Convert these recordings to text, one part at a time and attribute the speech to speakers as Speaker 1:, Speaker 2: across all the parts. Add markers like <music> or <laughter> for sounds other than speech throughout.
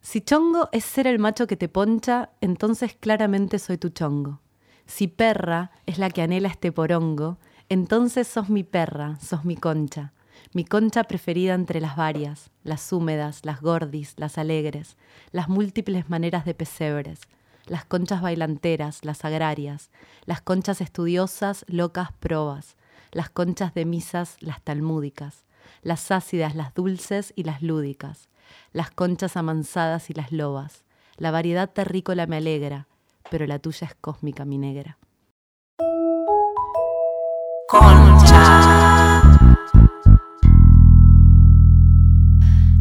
Speaker 1: Si chongo es ser el macho que te poncha, entonces claramente soy tu chongo. Si perra es la que anhela este porongo, entonces sos mi perra, sos mi concha. Mi concha preferida entre las varias, las húmedas, las gordis, las alegres, las múltiples maneras de pesebres, las conchas bailanteras, las agrarias, las conchas estudiosas, locas, probas, las conchas de misas, las talmúdicas, las ácidas, las dulces y las lúdicas, las conchas amansadas y las lobas. La variedad terrícola me alegra, pero la tuya es cósmica, mi negra.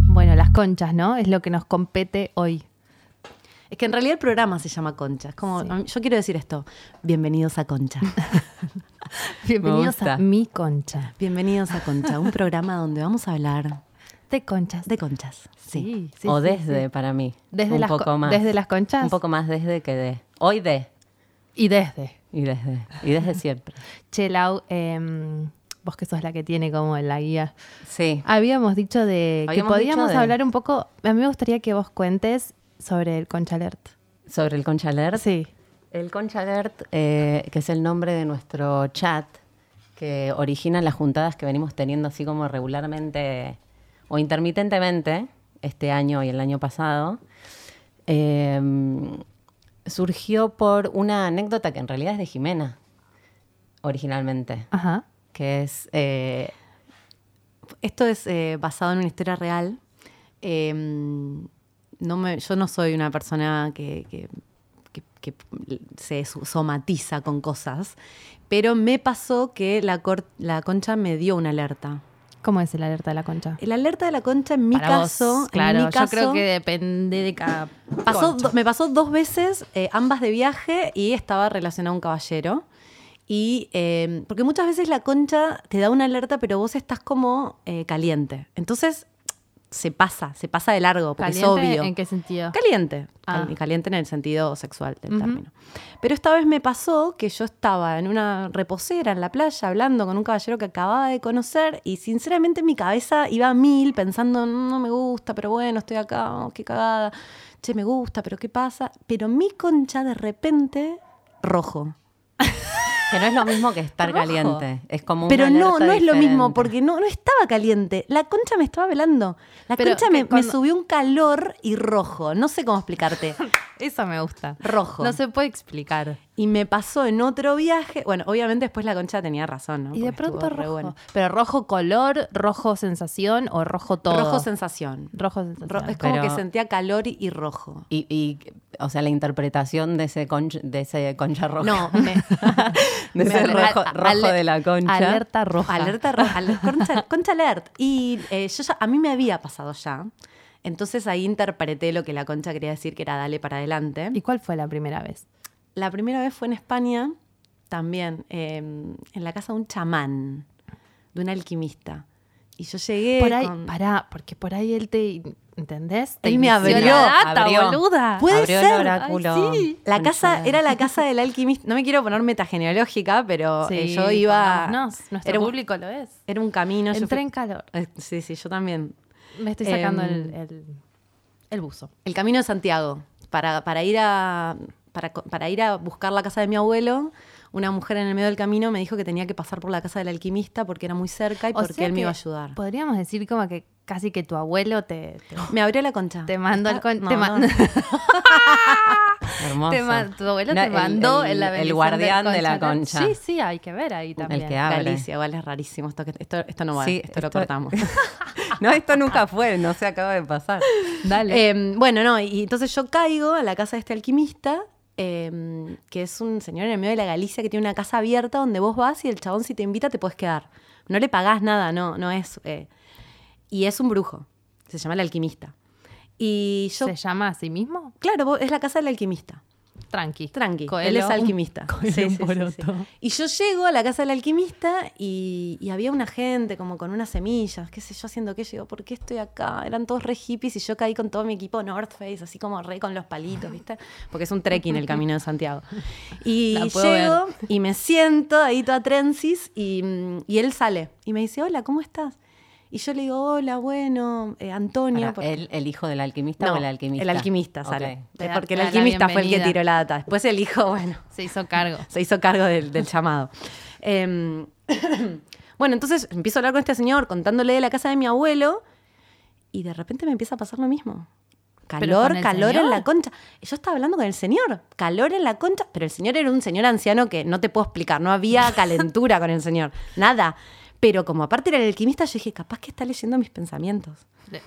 Speaker 2: Bueno, las conchas, ¿no? Es lo que nos compete hoy.
Speaker 1: Es que en realidad el programa se llama Concha. Es como,
Speaker 2: Sí.
Speaker 1: a mí- yo quiero decir esto. Bienvenidos a Concha.
Speaker 2: Bienvenidos
Speaker 1: gusta.
Speaker 2: a mi concha.
Speaker 1: Bienvenidos a Concha, un programa donde vamos a hablar
Speaker 2: De conchas.
Speaker 1: de conchas. Sí.
Speaker 2: sí,
Speaker 3: o
Speaker 2: sí,
Speaker 3: desde,
Speaker 2: sí.
Speaker 3: eh, para mí.
Speaker 2: Desde
Speaker 3: un
Speaker 2: las
Speaker 3: poco
Speaker 2: co-
Speaker 3: más.
Speaker 2: desde las conchas.
Speaker 3: Un poco más desde que de. Hoy de.
Speaker 2: Y desde.
Speaker 3: Y desde. Y desde siempre.
Speaker 2: Che, Lau, em, vos que sos la que tiene como la guía.
Speaker 3: Sí.
Speaker 2: Habíamos dicho de que
Speaker 3: Habíamos
Speaker 2: podíamos
Speaker 3: dicho de-
Speaker 2: hablar un poco. A mí me gustaría que vos cuentes sobre el concha alert.
Speaker 3: <laughs> Sobre el Concha Alert.
Speaker 2: Sí.
Speaker 3: El Concha Alert, eh, que es el nombre de nuestro chat, que origina las juntadas que venimos teniendo así como regularmente o intermitentemente este año y el año pasado, eh, surgió por una anécdota que en realidad es de Jimena, originalmente,
Speaker 2: Ajá.
Speaker 3: que es... eh,
Speaker 1: Esto es eh, basado en una historia real. Eh, no me- yo no soy una persona que, que- que- que se su- somatiza con cosas, pero me pasó que la, cor- la concha me dio una alerta.
Speaker 2: ¿Cómo es el alerta de la concha?
Speaker 1: El alerta de la concha en mi
Speaker 2: Para vos,
Speaker 1: caso, en
Speaker 2: claro.
Speaker 1: mi caso,
Speaker 2: yo creo que depende de cada.
Speaker 1: pasó
Speaker 2: concha.
Speaker 1: do- me pasó dos veces, eh, ambas de viaje y estaba relacionado a un caballero. Y eh, porque muchas veces la concha te da una alerta, pero vos estás como eh, caliente. Entonces se pasa, se pasa de largo, porque es
Speaker 2: ¿Caliente?
Speaker 1: obvio.
Speaker 2: ¿En qué sentido?
Speaker 1: Caliente.
Speaker 2: Ah.
Speaker 1: Cal- Caliente en el sentido sexual del
Speaker 2: Ujú.
Speaker 1: término. Pero esta vez me pasó que yo estaba en una reposera en la playa hablando con un caballero que acababa de conocer y sinceramente mi cabeza iba a mil pensando, no me gusta, pero bueno, estoy acá, oh, qué cagada. Che, me gusta, pero qué pasa. Pero mi concha de repente, rojo.
Speaker 3: Que no es lo mismo que estar
Speaker 2: Rojo.
Speaker 3: caliente. Es como una
Speaker 1: Pero no,
Speaker 3: alerta
Speaker 1: no es lo mismo,
Speaker 3: diferente.
Speaker 1: porque no, no estaba caliente. La concha me estaba velando. La
Speaker 2: Pero
Speaker 1: concha
Speaker 2: que
Speaker 1: me, me
Speaker 2: cuando-
Speaker 1: subió un calor y rojo. No sé cómo
Speaker 2: <laughs>
Speaker 1: explicarte.
Speaker 2: Eso me gusta.
Speaker 1: Rojo.
Speaker 2: No se puede explicar.
Speaker 1: Y me pasó en otro viaje. Bueno, obviamente después la concha tenía razón, ¿no?
Speaker 2: Y de
Speaker 1: Porque estuvo
Speaker 2: pronto
Speaker 1: re
Speaker 2: rojo.
Speaker 1: bueno.
Speaker 2: Pero rojo color, rojo sensación o rojo todo.
Speaker 1: Rojo sensación.
Speaker 2: Rojo sensación.
Speaker 1: Ro- es como
Speaker 3: Pero-
Speaker 1: que sentía calor y, y rojo.
Speaker 3: Y, y, o sea, la interpretación de ese, conch- de ese concha roja.
Speaker 1: No,
Speaker 2: <laughs>
Speaker 1: me-
Speaker 3: <laughs> de
Speaker 2: me-
Speaker 3: ese rojo,
Speaker 2: ale-
Speaker 3: rojo de la concha.
Speaker 2: Alerta roja.
Speaker 1: alerta roja. ale- Concha, concha alert. Y eh, yo ya- a mí me había pasado ya. Entonces ahí interpreté lo que la concha quería decir, que era dale para adelante.
Speaker 2: ¿Y cuál fue la primera vez?
Speaker 1: La primera vez fue en España, también, eh, en la casa de un chamán, de un alquimista. Y yo llegué.
Speaker 2: Por ahí,
Speaker 1: Eh, con-
Speaker 2: pará, porque por ahí él te. ¿Entendés?
Speaker 1: Él me
Speaker 2: inició
Speaker 1: abrió,
Speaker 2: La data,
Speaker 3: abrió.
Speaker 2: boluda.
Speaker 1: Puede
Speaker 3: Abrió el
Speaker 1: ser.
Speaker 3: oráculo.
Speaker 2: Ay, sí.
Speaker 1: La
Speaker 3: Concha
Speaker 1: casa
Speaker 3: Alert.
Speaker 1: era
Speaker 2: <laughs>
Speaker 1: la casa del alquimista. No me quiero poner metagenealógica, pero
Speaker 2: Sí,
Speaker 1: eh, yo iba.
Speaker 2: pongámonos, nuestro
Speaker 1: era, un,
Speaker 2: público lo es.
Speaker 1: era un camino. yo
Speaker 2: Entré
Speaker 1: fui-
Speaker 2: en calor.
Speaker 1: Eh, sí, sí, yo también.
Speaker 2: Me estoy sacando
Speaker 1: Em,
Speaker 2: el, el, el buzo.
Speaker 1: El camino de Santiago. Para, para, ir a, para, co- para ir a buscar la casa de mi abuelo, una mujer en el medio del camino me dijo que tenía que pasar por la casa del alquimista porque era muy cerca y
Speaker 2: O
Speaker 1: porque
Speaker 2: sea
Speaker 1: él me iba a
Speaker 2: que
Speaker 1: ayudar.
Speaker 2: Podríamos decir como que casi que tu abuelo te, te,
Speaker 1: Me abrió la concha.
Speaker 2: te mandó el
Speaker 1: Está-
Speaker 2: con-
Speaker 1: no,
Speaker 2: te
Speaker 1: no.
Speaker 2: ma- <laughs>
Speaker 3: Hermoso.
Speaker 2: Te ma- tu abuelo
Speaker 3: No,
Speaker 2: te
Speaker 3: el-
Speaker 2: mandó
Speaker 3: el,
Speaker 2: la
Speaker 3: el
Speaker 2: bendición del
Speaker 3: guardián de la
Speaker 2: concha.
Speaker 3: concha.
Speaker 2: Sí, sí, hay que ver ahí también.
Speaker 3: el que abre.
Speaker 1: Galicia, igual es rarísimo. Esto, que- esto, esto no va,
Speaker 3: Sí,
Speaker 1: esto, lo
Speaker 2: <laughs>
Speaker 3: esto-
Speaker 1: cortamos.
Speaker 3: No, esto nunca fue, no se acaba de pasar.
Speaker 2: Dale.
Speaker 1: Eh, bueno, no, y entonces yo caigo a la casa de este alquimista, eh, que es un señor en el medio de la Galicia que tiene una casa abierta donde vos vas y el chabón si te invita te puedes quedar. No le pagás nada, no, no es. eh, y es un brujo, se llama el alquimista. Y yo,
Speaker 2: ¿Se llama a sí mismo?
Speaker 1: claro, vos- es la casa del alquimista.
Speaker 2: Tranqui.
Speaker 1: Tranqui,
Speaker 2: Coelho,
Speaker 1: él es
Speaker 2: un-
Speaker 1: alquimista.
Speaker 2: Coelho, un poroto.
Speaker 1: Y yo llego a la casa del alquimista y, y había una gente como con unas semillas, qué sé yo, haciendo qué. Yo digo, ¿por qué estoy acá? Eran todos re hippies y yo caí con todo mi equipo North Face, así como re con los palitos, ¿viste? Porque es un trekking el camino de Santiago. Y
Speaker 2: <laughs> La puedo
Speaker 1: llego y me siento ahí toda trensis y, mm, y él sale y me dice, hola, ¿cómo estás? Y yo le digo, hola, bueno, eh, Antonio.
Speaker 3: Pará,
Speaker 1: por-
Speaker 3: ¿el, el hijo del alquimista
Speaker 1: No,
Speaker 3: o el alquimista?
Speaker 1: El alquimista sale.
Speaker 3: Ok.
Speaker 1: Es
Speaker 2: da-
Speaker 1: Porque el
Speaker 2: da la
Speaker 1: alquimista fue el que
Speaker 2: bienvenida.
Speaker 1: tiró la data. Después el hijo, <laughs> bueno,
Speaker 2: Se hizo cargo.
Speaker 1: se hizo cargo del, del llamado. Em, <coughs> bueno, entonces empiezo a hablar con este señor contándole de la casa de mi abuelo y de repente me empieza a pasar lo mismo.
Speaker 2: ¿Pero con
Speaker 1: Calor,
Speaker 2: el
Speaker 1: calor en la
Speaker 2: señor?
Speaker 1: concha. Yo estaba hablando con el señor, calor en la concha, pero el señor era un señor anciano que no te puedo explicar, no
Speaker 2: <laughs>
Speaker 1: había calentura con el señor, nada. Pero como aparte era el alquimista, yo dije, capaz que está leyendo mis pensamientos.
Speaker 2: Le-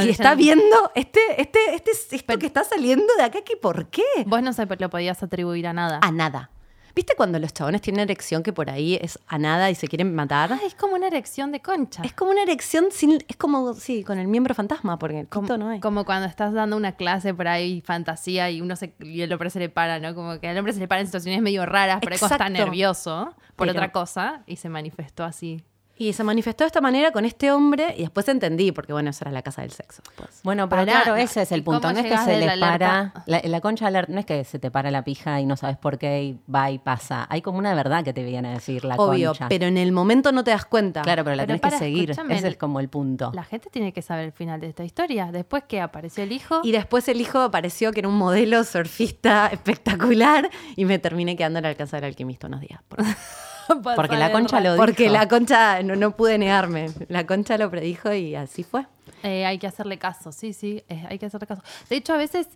Speaker 1: <laughs> Y está viendo este, este, este, esto
Speaker 2: Pero-
Speaker 1: que está saliendo de acá, que por qué?
Speaker 2: Vos no se lo podías atribuir a nada.
Speaker 1: A nada. ¿Viste cuando los chabones tienen erección que por ahí es a nada y se quieren matar?
Speaker 2: Ah, es como una erección de concha.
Speaker 1: Es como una erección sin. Es como, sí, con el miembro fantasma, porque el
Speaker 2: como,
Speaker 1: pito no es.
Speaker 2: como cuando estás dando una clase por ahí, fantasía, y uno se, y el hombre se le para, ¿no? Como que al hombre se le para en situaciones medio raras, por ahí cuando está
Speaker 1: Exacto.
Speaker 2: nervioso por
Speaker 1: Pero-
Speaker 2: otra cosa, y se manifestó así.
Speaker 1: Y se manifestó de esta manera con este hombre y después entendí, porque bueno, eso era la casa del sexo. Pues.
Speaker 3: Bueno, pero
Speaker 2: Pará,
Speaker 3: claro,
Speaker 2: no.
Speaker 3: ese es el
Speaker 2: ¿Y cómo
Speaker 3: punto. No es que
Speaker 2: llegás
Speaker 3: se
Speaker 2: de
Speaker 3: les
Speaker 2: la alerta?
Speaker 3: para. La, la concha alerta, no es que se te para la pija y no sabes por qué y va y pasa. Hay como una verdad que te viene a decir la
Speaker 1: Obvio,
Speaker 3: concha.
Speaker 1: pero en el momento no te das cuenta.
Speaker 3: claro, pero la
Speaker 2: Pero
Speaker 3: tenés
Speaker 2: pará,
Speaker 3: que seguir.
Speaker 2: escúchame,
Speaker 3: Ese
Speaker 2: el-
Speaker 3: es como el punto.
Speaker 2: La gente tiene que saber el final de esta historia. Después que apareció el hijo,
Speaker 1: Y después el hijo apareció que era un modelo surfista espectacular y me terminé quedando en la casa del alquimista unos días. por-
Speaker 2: <laughs>
Speaker 3: Porque la concha lo
Speaker 1: Porque
Speaker 3: dijo.
Speaker 1: la concha, no, no pude negarme, la concha lo predijo y así fue.
Speaker 2: Eh, hay que hacerle caso, sí, sí, eh, hay que hacerle caso. De hecho, a veces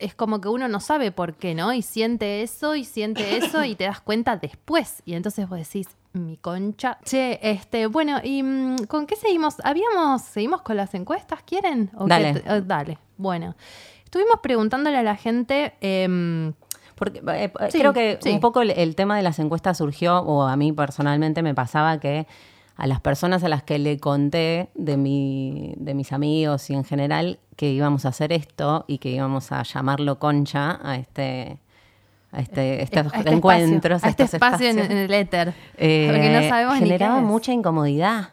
Speaker 2: es como que uno no sabe por qué, ¿no? Y siente eso y
Speaker 3: <coughs>
Speaker 2: siente eso y te das cuenta después. Y entonces vos decís, mi concha. Che, este, bueno, ¿y mm, con qué seguimos? ¿Habíamos, seguimos con las encuestas? ¿Quieren? ¿O qué
Speaker 3: Dale.
Speaker 2: te- eh, dale, bueno. Estuvimos preguntándole a la gente... em,
Speaker 3: Porque, eh, eh,
Speaker 2: Sí,
Speaker 3: creo que
Speaker 2: sí.
Speaker 3: un poco el, el tema de las encuestas surgió, o a mí personalmente me pasaba que a las personas a las que le conté de, mi, de mis amigos y en general que íbamos a hacer esto y que íbamos a llamarlo concha a este, a este,
Speaker 2: a
Speaker 3: estos
Speaker 2: este
Speaker 3: encuentros,
Speaker 2: espacio, a este
Speaker 3: estos
Speaker 2: espacio en,
Speaker 3: espacios,
Speaker 2: en el éter.
Speaker 3: eh,
Speaker 2: porque no sabemos ni qué
Speaker 3: generaba
Speaker 2: es.
Speaker 3: mucha incomodidad.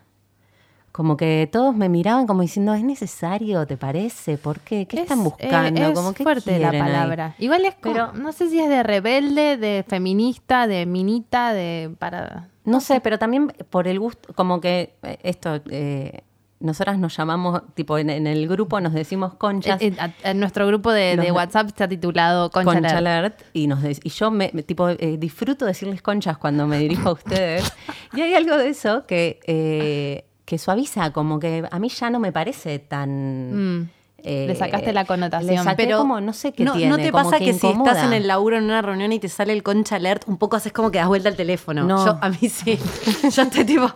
Speaker 3: Como que todos me miraban como diciendo, ¿es necesario? ¿Te parece? ¿Por qué? ¿Qué
Speaker 2: Es,
Speaker 3: están
Speaker 2: eh,
Speaker 3: buscando?
Speaker 2: es
Speaker 3: como, ¿qué
Speaker 2: fuerte la
Speaker 3: quieren ahí?
Speaker 2: palabra. Igual es como,
Speaker 3: Pero-
Speaker 2: no sé si es de rebelde, de feminista, de minita, de para
Speaker 3: No sé, pero también por el gusto, como que eh, esto, eh, nosotras nos llamamos, tipo en, en el grupo nos decimos conchas,
Speaker 2: Eh, eh, a- en nuestro grupo de,
Speaker 3: Los-
Speaker 2: de WhatsApp está titulado Concha,
Speaker 3: concha
Speaker 2: Alert.
Speaker 3: alert, y, nos de- y yo me, me- tipo, eh, disfruto decirles conchas cuando me dirijo a ustedes. y hay algo de eso que, eh, que suaviza, como que a mí ya no me parece tan...
Speaker 2: Mm.
Speaker 3: eh,
Speaker 2: Le sacaste la connotación.
Speaker 3: le saqué
Speaker 1: Pero
Speaker 3: como, no sé qué
Speaker 1: no,
Speaker 3: tiene.
Speaker 1: ¿no te
Speaker 3: como
Speaker 1: pasa que, si
Speaker 3: incomoda.
Speaker 1: estás en el laburo en una reunión y te sale el concha alert, un poco haces como que das vuelta al teléfono?
Speaker 3: No.
Speaker 1: Yo, a mí <laughs> sí. Yo estoy tipo.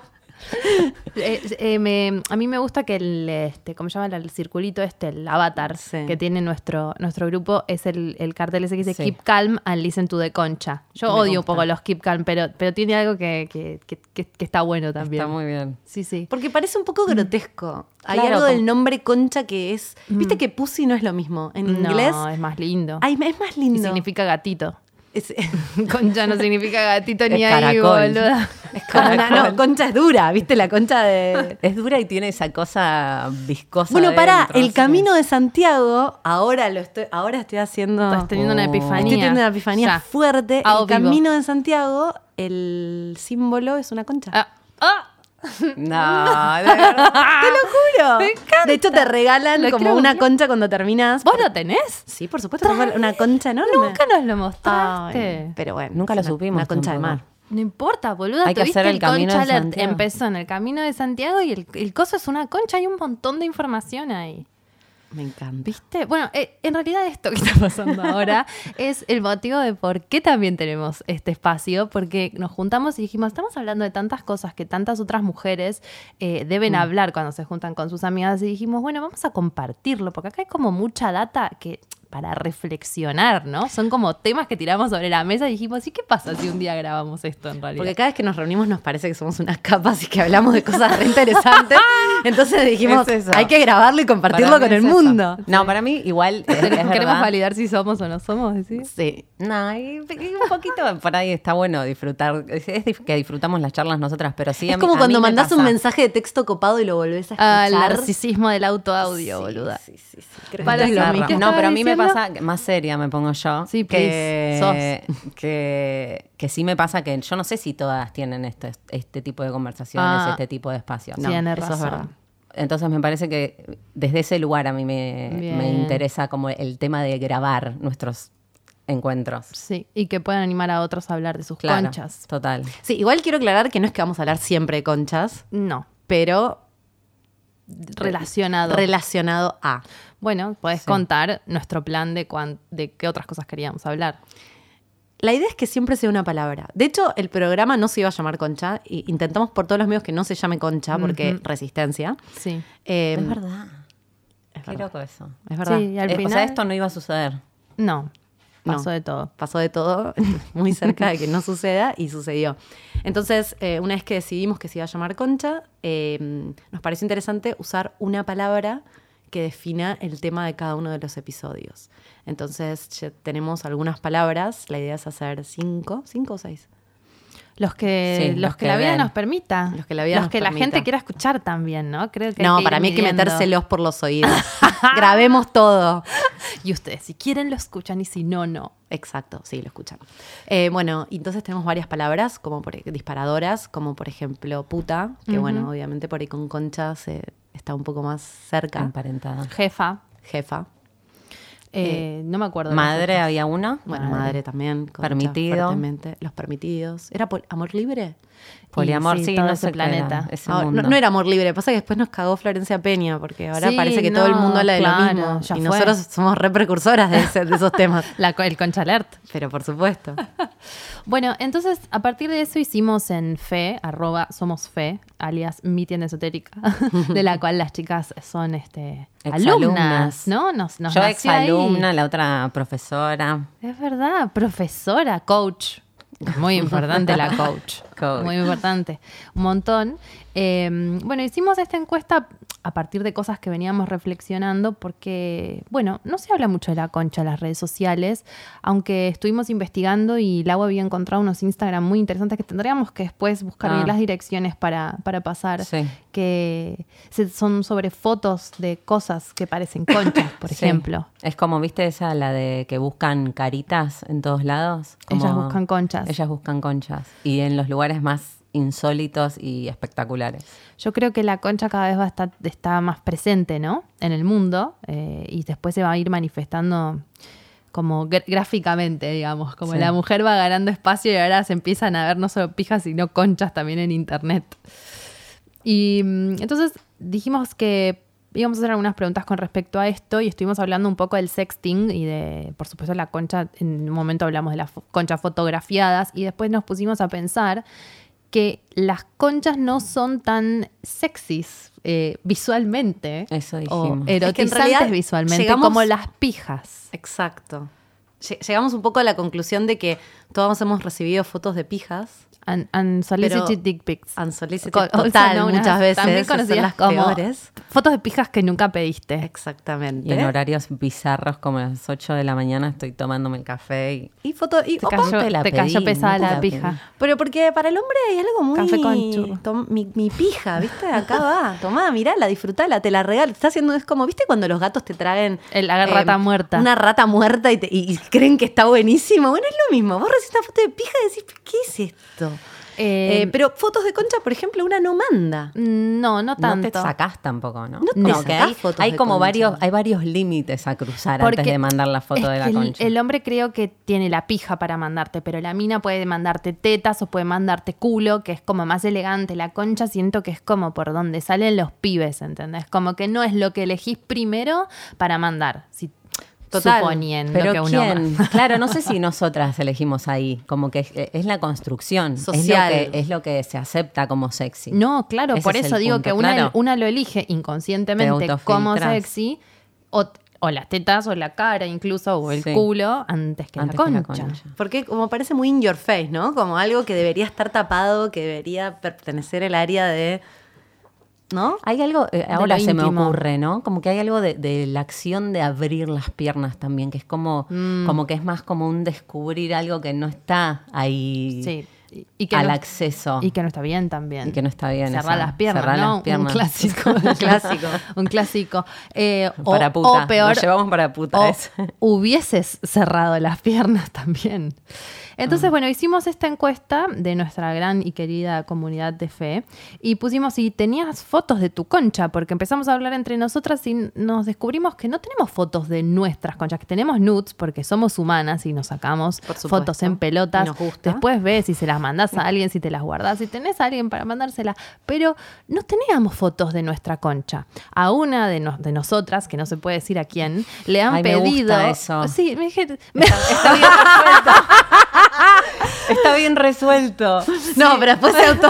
Speaker 2: Eh, eh, me- a mí me gusta que el, este, ¿cómo se llama? El circulito este, el avatar
Speaker 1: Sí.
Speaker 2: que tiene nuestro, nuestro grupo, es el, el cartel ese que dice
Speaker 3: Sí.
Speaker 2: Keep Calm and Listen to the Concha. Yo
Speaker 3: Me
Speaker 2: odio un
Speaker 3: gusta.
Speaker 2: poco los Keep Calm, pero, pero tiene algo que, que- que- que- que está bueno también.
Speaker 3: Está muy bien.
Speaker 2: Sí, sí.
Speaker 1: Porque parece un poco grotesco. Hay
Speaker 3: Claro,
Speaker 1: algo del
Speaker 3: como-
Speaker 1: nombre concha que es. Viste que pussy Mm. no es lo mismo. En
Speaker 2: No,
Speaker 1: inglés.
Speaker 2: es más lindo.
Speaker 1: Ay, es más
Speaker 2: Y
Speaker 1: lindo.
Speaker 2: significa gatito.
Speaker 1: Es- <laughs>
Speaker 2: <laughs> Concha no significa gatito ni
Speaker 3: Es
Speaker 2: ahí,
Speaker 3: caracol.
Speaker 2: boluda.
Speaker 1: es como una- no, concha es dura, ¿viste? La concha de. <laughs>
Speaker 3: Es dura y tiene esa cosa viscosa.
Speaker 1: Bueno, pará,
Speaker 3: adentro,
Speaker 1: el
Speaker 3: sí.
Speaker 1: camino de Santiago, ahora lo estoy, ahora estoy haciendo.
Speaker 2: Estás teniendo una
Speaker 3: Oh.
Speaker 2: epifanía.
Speaker 1: estoy teniendo una epifanía
Speaker 2: Ya.
Speaker 1: fuerte.
Speaker 2: Ah,
Speaker 1: el
Speaker 2: vivo.
Speaker 1: camino de Santiago, el símbolo es una concha.
Speaker 2: Ah, ah,
Speaker 1: <laughs>
Speaker 3: <laughs> No, de verdad.
Speaker 1: ¡Te lo juro!
Speaker 2: Me encanta.
Speaker 1: De hecho, te regalan
Speaker 2: Lo
Speaker 1: como
Speaker 2: quiero
Speaker 1: una
Speaker 2: googlear.
Speaker 1: concha cuando terminas.
Speaker 2: ¿Vos lo tenés?
Speaker 1: Sí, por supuesto, tengo una concha enorme.
Speaker 2: Nunca nos lo
Speaker 1: Ay,
Speaker 2: mostraste.
Speaker 1: Pero bueno.
Speaker 3: Nunca
Speaker 1: es
Speaker 3: lo
Speaker 1: una-
Speaker 3: supimos
Speaker 1: Una concha de
Speaker 3: tampoco.
Speaker 1: mar.
Speaker 2: No importa, boluda.
Speaker 3: Hay que
Speaker 2: tuviste
Speaker 3: hacer el camino
Speaker 2: concha
Speaker 3: de
Speaker 2: alert.
Speaker 3: Santiago.
Speaker 2: Empezó en el camino de Santiago y el, el coso es una concha. Hay un montón de información ahí.
Speaker 1: Me encanta.
Speaker 2: ¿Viste? Bueno, eh, en realidad esto que está pasando ahora
Speaker 3: <laughs>
Speaker 2: es el motivo de por qué también tenemos este espacio, porque nos juntamos y dijimos, estamos hablando de tantas cosas que tantas otras mujeres eh, deben
Speaker 3: Mm.
Speaker 2: hablar cuando se juntan con sus amigas y dijimos, bueno, vamos a compartirlo, porque acá hay como mucha data que para reflexionar, ¿no? Son como temas que tiramos sobre la mesa y dijimos, ¿y qué pasa si un día grabamos esto en realidad?
Speaker 1: Porque cada vez que nos reunimos nos parece que somos unas capas y que hablamos de cosas re
Speaker 2: <laughs>
Speaker 1: interesantes. Entonces dijimos,
Speaker 3: Es eso.
Speaker 1: hay que grabarlo y compartirlo
Speaker 3: Para mí
Speaker 1: con el
Speaker 3: es eso.
Speaker 1: mundo.
Speaker 3: No, para mí
Speaker 1: <laughs>
Speaker 3: igual. eh, es
Speaker 2: <laughs> Queremos
Speaker 3: verdad.
Speaker 2: validar si somos o no somos, ¿decís?
Speaker 1: Sí.
Speaker 3: No, y- y un poquito por ahí está bueno disfrutar. Es, es dif- que disfrutamos las charlas nosotras, pero sí. a
Speaker 1: Es
Speaker 3: mí-
Speaker 1: como
Speaker 3: a mí
Speaker 1: cuando
Speaker 3: me
Speaker 1: mandás un
Speaker 3: pasa.
Speaker 1: mensaje de texto copado y lo volvés a
Speaker 2: Ah,
Speaker 1: escuchar.
Speaker 2: el narcisismo del autoaudio,
Speaker 1: Sí,
Speaker 2: boluda.
Speaker 1: Sí, sí, sí. Creo que
Speaker 2: Para
Speaker 1: es lo
Speaker 2: que-
Speaker 3: Bizarro.
Speaker 1: mismo.
Speaker 2: ¿Qué
Speaker 3: No,
Speaker 2: estaba
Speaker 3: pero a mí me
Speaker 2: diciendo?
Speaker 3: pasa, que- más seria me pongo yo.
Speaker 2: Sí,
Speaker 3: que,
Speaker 2: please,
Speaker 3: que, que sí me pasa que yo no sé si todas tienen este, este tipo de conversaciones,
Speaker 2: Ah.
Speaker 3: este tipo de espacios.
Speaker 2: Tiene
Speaker 3: eso es
Speaker 2: razón.
Speaker 3: verdad. Entonces me parece que desde ese lugar a mí me,
Speaker 2: Bien.
Speaker 3: me interesa como el tema de grabar nuestros encuentros.
Speaker 2: Sí, y que puedan animar a otros a hablar de sus
Speaker 3: Claro,
Speaker 2: conchas.
Speaker 3: Total.
Speaker 1: Sí, igual quiero aclarar que no es que vamos a hablar siempre de conchas,
Speaker 2: No,
Speaker 1: pero
Speaker 2: relacionado.
Speaker 1: relacionado a.
Speaker 2: bueno, podés contar nuestro plan de, cuán- de qué otras cosas queríamos hablar.
Speaker 1: La idea es que siempre sea una palabra. De hecho, el programa no se iba a llamar Concha. y intentamos por todos los medios que no se llame Concha porque resistencia.
Speaker 2: Sí.
Speaker 1: Eh,
Speaker 3: es verdad.
Speaker 1: es
Speaker 3: Em, Qué
Speaker 1: verdad.
Speaker 3: loco eso.
Speaker 1: Es verdad.
Speaker 2: Sí, Y al
Speaker 3: Eh, O sea,
Speaker 2: final-
Speaker 3: esto no iba a suceder.
Speaker 2: No,
Speaker 1: No.
Speaker 2: pasó de todo.
Speaker 1: Pasó de todo, <laughs> muy cerca de que no suceda, y sucedió. Entonces, eh, una vez que decidimos que se iba a llamar Concha, eh, nos pareció interesante usar una palabra que defina el tema de cada uno de los episodios. Entonces, ya tenemos algunas palabras, la idea es hacer cinco, cinco o seis.
Speaker 2: Los que,
Speaker 3: Sí,
Speaker 2: los
Speaker 3: los
Speaker 2: que,
Speaker 3: que
Speaker 2: la vida
Speaker 3: ven.
Speaker 2: nos permita.
Speaker 1: Los que la vida nos
Speaker 2: que la
Speaker 1: permita.
Speaker 2: gente quiera escuchar también, ¿no? Creo que hay
Speaker 1: No,
Speaker 2: que ir
Speaker 1: para mí hay que
Speaker 2: midiendo.
Speaker 1: metérselos por los oídos. Grabemos todo.
Speaker 2: Y ustedes, si quieren, lo escuchan y si no, no.
Speaker 1: Exacto, sí, lo escuchan. Eh, bueno, y entonces tenemos varias palabras, como por, e, disparadoras, como por ejemplo puta, que bueno, obviamente por ahí con concha se está un poco más cerca.
Speaker 3: Emparentada.
Speaker 2: Jefa,
Speaker 1: Jefa.
Speaker 2: eh, no me acuerdo. de
Speaker 3: Madre
Speaker 2: las
Speaker 3: había una.
Speaker 1: Bueno, madre, también. concha,
Speaker 3: Permitido.
Speaker 1: fuertemente. Los permitidos. ¿Era pol- amor libre?
Speaker 2: otras.
Speaker 3: Poliamor,
Speaker 2: Y
Speaker 3: sí,
Speaker 2: todo
Speaker 3: no
Speaker 2: ese
Speaker 3: sé qué era,
Speaker 2: planeta.
Speaker 3: ese
Speaker 1: Ah, no,
Speaker 3: mundo.
Speaker 1: no era amor libre, pasa que después nos cagó Florencia Peña, porque ahora
Speaker 2: Sí,
Speaker 1: parece que todo el
Speaker 2: no,
Speaker 1: mundo habla de
Speaker 2: claro,
Speaker 1: lo mismo. Y
Speaker 2: ya fue.
Speaker 1: nosotros somos reprecursoras de, ese- de
Speaker 2: <laughs>
Speaker 1: esos temas.
Speaker 2: La co- el concha alert.
Speaker 1: Pero por supuesto.
Speaker 2: Bueno, entonces a partir de eso hicimos en fe, arroba somos fe, alias mi tienda esotérica, <laughs> de la cual las chicas son este, alumnas,
Speaker 3: Exalumnas.
Speaker 2: ¿no? Nos, nos
Speaker 3: Yo
Speaker 2: nació ahí.
Speaker 3: exalumna, la otra profesora.
Speaker 2: Es verdad, profesora, coach. Muy importante
Speaker 3: <laughs>
Speaker 2: la coach.
Speaker 3: Coach.
Speaker 2: Muy importante. Un montón. Eh, bueno, hicimos esta encuesta a partir de cosas que veníamos reflexionando porque, bueno, no se habla mucho de la concha en las redes sociales, aunque estuvimos investigando y Lau había encontrado unos Instagram muy interesantes que tendríamos que después buscar bien
Speaker 3: Ah.
Speaker 2: las direcciones para, para pasar,
Speaker 3: Sí.
Speaker 2: que se- son sobre fotos de cosas que parecen conchas, por
Speaker 3: Sí.
Speaker 2: ejemplo.
Speaker 3: Es como, ¿viste esa, la de que buscan caritas en todos lados? Como-
Speaker 2: Ellas buscan conchas.
Speaker 3: Ellas buscan conchas. Y en los lugares más insólitos y espectaculares.
Speaker 2: Yo creo que la concha cada vez va a estar está más presente, ¿no? En el mundo eh, y después se va a ir manifestando como gr- gráficamente, digamos, como
Speaker 3: Sí.
Speaker 2: la mujer va ganando espacio y ahora se empiezan a ver no solo pijas, sino conchas también en internet. Y mm, entonces dijimos que íbamos a hacer algunas preguntas con respecto a esto y estuvimos hablando un poco del sexting y de, por supuesto, la concha, en un momento hablamos de las fo- conchas fotografiadas y después nos pusimos a pensar que las conchas no son tan sexys eh, visualmente
Speaker 3: Eso
Speaker 2: o
Speaker 3: dijimos. Es que en
Speaker 2: erotizantes
Speaker 1: realidad
Speaker 2: visualmente
Speaker 1: llegamos-
Speaker 2: como las pijas.
Speaker 1: Exacto. Lle- Llegamos un poco a la conclusión de que todos hemos recibido fotos de pijas,
Speaker 2: Un- Unsolicited
Speaker 1: Pero-
Speaker 2: dick pics.
Speaker 1: unsolicited
Speaker 2: Co- also
Speaker 1: total
Speaker 2: known as-
Speaker 1: muchas veces,
Speaker 2: También
Speaker 1: esas son
Speaker 2: conocidas
Speaker 1: las
Speaker 2: como
Speaker 1: peores.
Speaker 2: fotos de pijas que nunca pediste.
Speaker 1: Exactamente.
Speaker 3: Y en horarios bizarros como a las 8 de la mañana estoy tomándome el café y...
Speaker 1: Y foto y
Speaker 3: Te
Speaker 1: opa,
Speaker 3: cayó-
Speaker 2: Yo-
Speaker 3: la
Speaker 2: te cayó
Speaker 3: pedí,
Speaker 2: pesada
Speaker 3: no te
Speaker 2: la
Speaker 3: la
Speaker 2: pija.
Speaker 3: pedí.
Speaker 1: pero porque para el hombre hay algo muy
Speaker 2: Café con churro.
Speaker 1: Tom- mi, mi pija, ¿viste? Acá va, tomá, mirala, disfrutala, te la regalo. Está haciendo es como, ¿viste cuando los gatos te traen eh,
Speaker 2: El-
Speaker 3: Eh,
Speaker 2: la rata muerta.
Speaker 1: Una rata muerta y, te- y- y creen que está buenísimo. Bueno, es lo mismo. Vos recibís una foto de pija y decís, ¿qué es esto?
Speaker 2: Eh,
Speaker 1: Eh, pero fotos de concha, por ejemplo, una no manda.
Speaker 2: No, no
Speaker 3: No
Speaker 2: tanto.
Speaker 3: te sacás tampoco, ¿no?
Speaker 1: No te
Speaker 3: Como que
Speaker 1: sacás
Speaker 3: hay,
Speaker 1: fotos
Speaker 3: hay
Speaker 1: de
Speaker 3: como
Speaker 1: concha.
Speaker 3: varios, hay varios límites a cruzar antes de mandar la foto
Speaker 2: es
Speaker 3: de la
Speaker 2: que el-
Speaker 3: concha.
Speaker 2: El, hombre creo que tiene la pija para mandarte, pero la mina puede mandarte tetas o puede mandarte culo, que es como más elegante. La concha siento que es como por donde salen los pibes, ¿entendés? Como que no es lo que elegís primero para mandar. Si,
Speaker 1: Total,
Speaker 2: suponiendo
Speaker 3: Pero
Speaker 2: que uno <laughs>
Speaker 3: ¿quién? Claro, no sé si nosotras elegimos ahí, como que es, es la construcción es lo que-
Speaker 1: Social.
Speaker 3: es lo, que, se acepta como sexy.
Speaker 2: No, claro,
Speaker 3: Ese
Speaker 2: por
Speaker 3: es
Speaker 2: eso
Speaker 3: el
Speaker 2: digo
Speaker 3: punto,
Speaker 2: que una,
Speaker 3: claro.
Speaker 2: una lo elige inconscientemente
Speaker 3: Te
Speaker 2: como
Speaker 3: autofiltrás.
Speaker 2: sexy, o, o las tetas, o la cara incluso, o el
Speaker 3: Sí.
Speaker 2: culo, antes que,
Speaker 3: Antes
Speaker 2: la,
Speaker 3: que
Speaker 2: concha.
Speaker 3: la concha.
Speaker 1: Porque como parece muy in your face, ¿no? Como algo que debería estar tapado, que debería pertenecer al área de... ¿No?
Speaker 3: Hay algo, eh,
Speaker 2: lo
Speaker 3: ahora se me
Speaker 2: íntimo.
Speaker 3: ocurre, ¿no? Como que hay algo de, de la acción de abrir las piernas también, que es como,
Speaker 2: Mm.
Speaker 3: como que es más como un descubrir algo que no está ahí
Speaker 2: Sí. Y- y que
Speaker 3: al
Speaker 2: no-
Speaker 3: acceso.
Speaker 2: Y que no está bien también.
Speaker 3: Y que no está bien
Speaker 2: Cerrar
Speaker 3: esa-
Speaker 2: las piernas,
Speaker 3: cerrar
Speaker 2: ¿no?
Speaker 3: las piernas.
Speaker 2: Un clásico.
Speaker 3: <laughs>
Speaker 1: Un clásico.
Speaker 2: un clásico. Eh, o,
Speaker 3: Para puta,
Speaker 2: o peor.
Speaker 1: <laughs>
Speaker 3: lo llevamos para puta
Speaker 2: o
Speaker 3: eso.
Speaker 2: hubieses cerrado las piernas también.
Speaker 1: Ah.
Speaker 2: Entonces, bueno, hicimos esta encuesta de nuestra gran y querida comunidad de fe y pusimos si tenías fotos de tu concha, porque empezamos a hablar entre nosotras y nos descubrimos que no tenemos fotos de nuestras conchas, que tenemos nudes porque somos humanas y nos sacamos
Speaker 1: Por supuesto.
Speaker 2: fotos en pelotas.
Speaker 1: Y nos gusta.
Speaker 2: Después ves si se las mandas a alguien, si te las guardas, si tenés a alguien para mandárselas. Pero no teníamos fotos de nuestra concha. A una de, nos- de nosotras, que no se puede decir a quién, le han
Speaker 3: Ay, me
Speaker 2: pedido.
Speaker 3: gusta eso.
Speaker 2: Sí, me dije. me-
Speaker 3: <laughs>
Speaker 2: <laughs>
Speaker 3: Está
Speaker 2: <laughs>
Speaker 3: bien resuelto.
Speaker 1: No, pero después se auto.